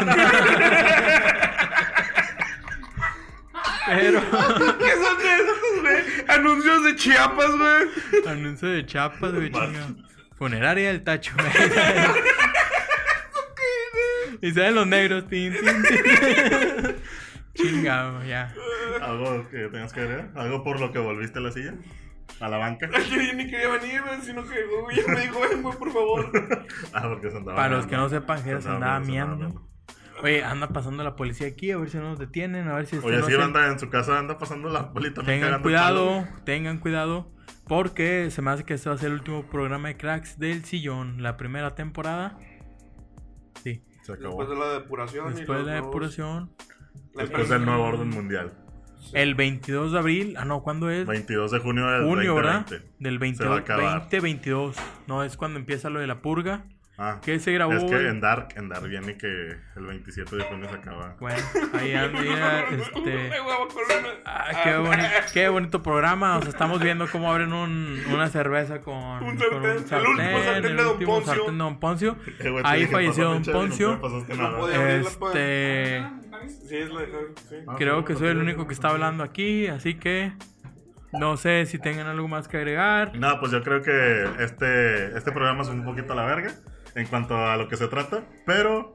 D: son de esos, güey? Anuncios de Chiapas, güey.
E: anuncio de chapas, güey, chinga. Funeraria del Tacho. (laughs) y salen los negros, tin, tin, (laughs) tin. Chingado, ya.
C: ¿Algo que tengas que agregar? ¿Algo por lo que volviste a la silla? ¿A la banca?
F: Yo ya ni quería venir, güey, sino que güey, ya me dijo, "Ven, güey, por favor.
C: Ah, porque se andaba
E: Para los
C: meando.
E: que no sepan, Jera se andaba miando.
C: meando.
E: Oye, anda pasando la policía aquí, a ver si no nos detienen, a ver si... este
C: Oye,
E: no
C: sí,
E: se-
C: anda en su casa, anda pasando la bolita.
E: Tengan cuidado, tengan cuidado, porque se me hace que este va a ser el último programa de Cracks del Sillón, la primera temporada. Sí,
C: Se acabó.
F: Después de la depuración. y
E: después de
F: los
E: la
F: nuevos-
E: depuración.
F: la
C: Después del nuevo
F: (laughs)
C: orden mundial.
E: El 22 de abril, ah no, ¿cuándo es?
C: 22 de junio del
E: Junio, ¿verdad?
C: 2020.
E: Del
C: Se va a
E: 22,
C: acabar.
E: 2022. No, es cuando empieza lo de la purga,
C: Ah,
E: que se grabó.
C: es que en Dark, en Dark viene que el 27 de junio se acaba.
E: Bueno,
F: (laughs)
E: ahí anda, este...
F: Ay, güey, voy a correr una-
E: Ah, qué, boni- qué bonito programa. O sea, estamos viendo cómo abren un- una cerveza con
F: Un
E: con
F: sartén, el último sartén de Don
E: último
F: Poncio.
E: sartén de Don Poncio.
C: Eh, güey, te
E: Ahí
C: dije,
E: falleció
C: pasó
E: Don
C: pinche año,
E: Poncio.
C: no pasaste
F: No
C: nada.
F: podía abrirla, pues.
E: Este,
F: Sí, es la de sí.
C: Ah,
E: creo
C: sí,
E: que
C: no,
E: soy el
C: no,
E: único
C: no,
E: que
C: no,
E: está
C: no.
E: hablando aquí, así que no sé si tengan algo más que agregar.
C: No, pues yo creo que este, este programa es un poquito a la verga en cuanto a lo que se trata, pero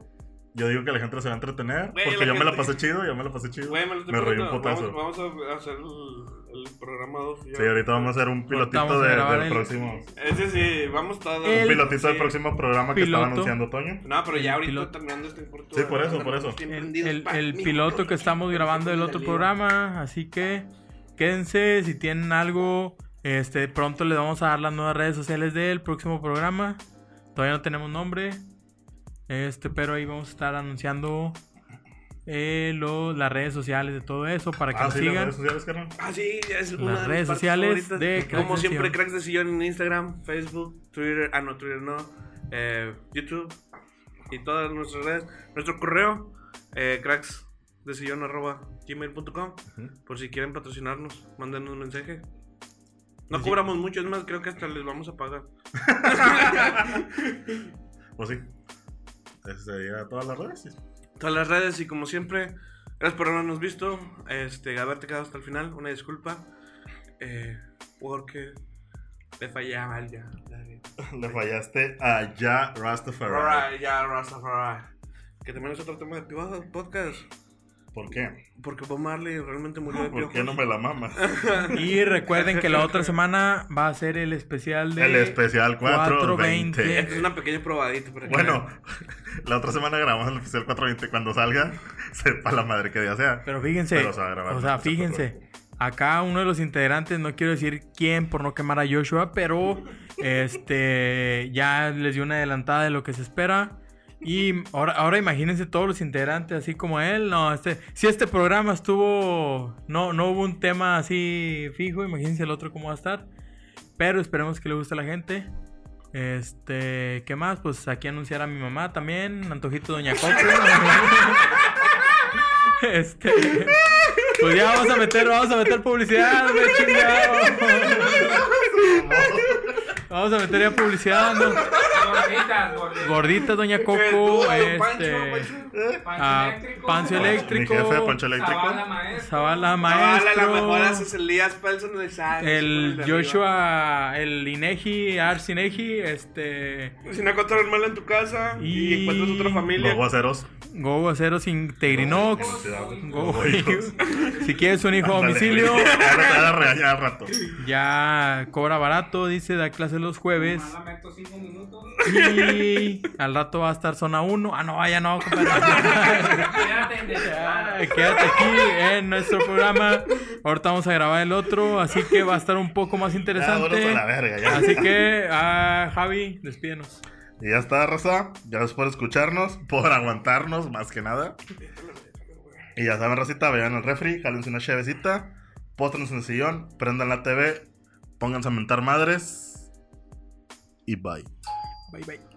C: yo digo que la gente se va a entretener
F: Güey,
C: porque
F: la
C: yo me la
F: gente-
C: pasé chido, yo me la pasé chido.
F: Güey, me lo estoy
C: reí un
F: poniendo.
C: potazo.
F: Vamos, vamos a hacer el, el programa 2.
C: Sí, ahorita vamos a hacer un pilotito
E: vamos a
C: de-
E: grabar
C: del
E: el-
C: próximo.
F: Ese sí, vamos todos.
E: El-
C: Un pilotito del
F: Sí.
C: próximo programa que estaba
E: Piloto.
C: anunciando Toño.
F: No, pero ya ahorita
E: piloto.
F: terminando este corto.
C: Sí, por eso, por eso.
E: El, el- el piloto que estamos grabando del otro programa, así que quédense si tienen algo. Este, pronto les vamos a dar las nuevas redes sociales del próximo programa. Todavía no tenemos nombre. Este, pero ahí vamos a estar anunciando eh, lo- las redes sociales de todo eso para que
C: Ah,
E: nos
C: sí, las
E: sigan.
C: redes sociales, carnal.
D: Ah, sí, es una
E: Las
D: de mis
E: redes
D: partes
E: sociales
D: favoritas.
E: de Cracks
D: Como
E: de
D: siempre,
E: Sillón.
D: cracks de sillón en Instagram, Facebook, Twitter, ah, no, Twitter no, eh, YouTube y todas nuestras redes. Nuestro correo, eh, cracks de sillón arroba gmail.com.
C: Ujú.
D: Por si quieren patrocinarnos, mándenos un mensaje. No cobramos mucho, es más, creo que hasta les vamos a pagar.
C: Pues sí. Ese sería todas las redes. sí.
D: Todas las redes y como siempre, gracias por habernos visto, este, haberte quedado hasta el final, una disculpa, eh, porque le fallé a Amalia.
C: Le fallaste a Ya Rastafari.
D: Alright, ya, Rastafari. Que también es otro tema de privado podcast.
C: ¿Por qué?
D: Porque Bob Marley realmente murió de
C: ¿Por
D: piojos.
C: qué no me la mamas?
E: Y recuerden que la otra semana va a ser el especial de
C: El especial 420.
E: 420.
D: Esta es una pequeña probadita. Para que
C: Bueno, (laughs) la otra semana grabamos el oficial 420. Cuando salga, (laughs) sepa la madre que día sea.
E: Pero fíjense,
C: Pero se va a grabar.
E: o sea, fíjense, acá uno de los integrantes, no quiero decir quién por no quemar a Joshua,
C: (laughs)
E: pero este ya les dio una adelantada de lo que se espera. Y ahora, ahora imagínense todos los integrantes así como él. No, este, si este programa estuvo, no, no hubo un tema así fijo, imagínense el otro cómo va a estar. Pero esperemos que le guste a la gente. Este, ¿qué más? Pues aquí anunciar a mi mamá también, Antojito
C: (laughs)
E: Doña Coco. (laughs) este, pues ya vamos a meter, vamos a meter publicidad, güey, chingado. Vamos a meter ya publicidad, ¿no?
H: Gorditas, gorditas.
E: Gordita Doña Coco, este,
H: Pancho
E: a
H: eléctrico.
E: Pancio
C: Mi
E: Eléctrico,
C: jefe, Poncho Eléctrico.
H: Sabana maestra.
E: Zavala
D: Hola, la
E: Maestro,
D: mejor haces el Elías Pelson de Sáenz.
E: el
D: de arriba.
E: Joshua, el Inegi, Ars Inegi, este,
D: Si no encuentras mal en tu casa y,
E: Y-
D: encuentras otra familia.
C: Los aceros.
E: Gogo Aceros Integrinox. Gogo Hijos. Si quieres un hijo a domicilio,
C: Ya no te van a regañar al rato.
E: ya cobra barato, dice, da clases los jueves.
H: Nomás la meto cinco minutos. (laughs)
E: Y al rato va a estar zona 1. Ah, no, ya no, compadre.
H: Quédate de
E: Ah,
H: semana.
E: (laughs) Quédate aquí en nuestro programa. Ahorita vamos a grabar el otro, así que va a estar un poco más
C: Ya, bueno,
E: interesante.
C: para la verga, ya.
E: Así que, ah, Javi, despídenos.
C: Y ya está, raza. Gracias por escucharnos, (laughs) por aguantarnos, más que nada. Y ya saben, racita, vayan al refri, jálense una chevecita, póstrense en el sillón, prendan la TV, pónganse a mentar madres. Y bye.
E: Bye, bye.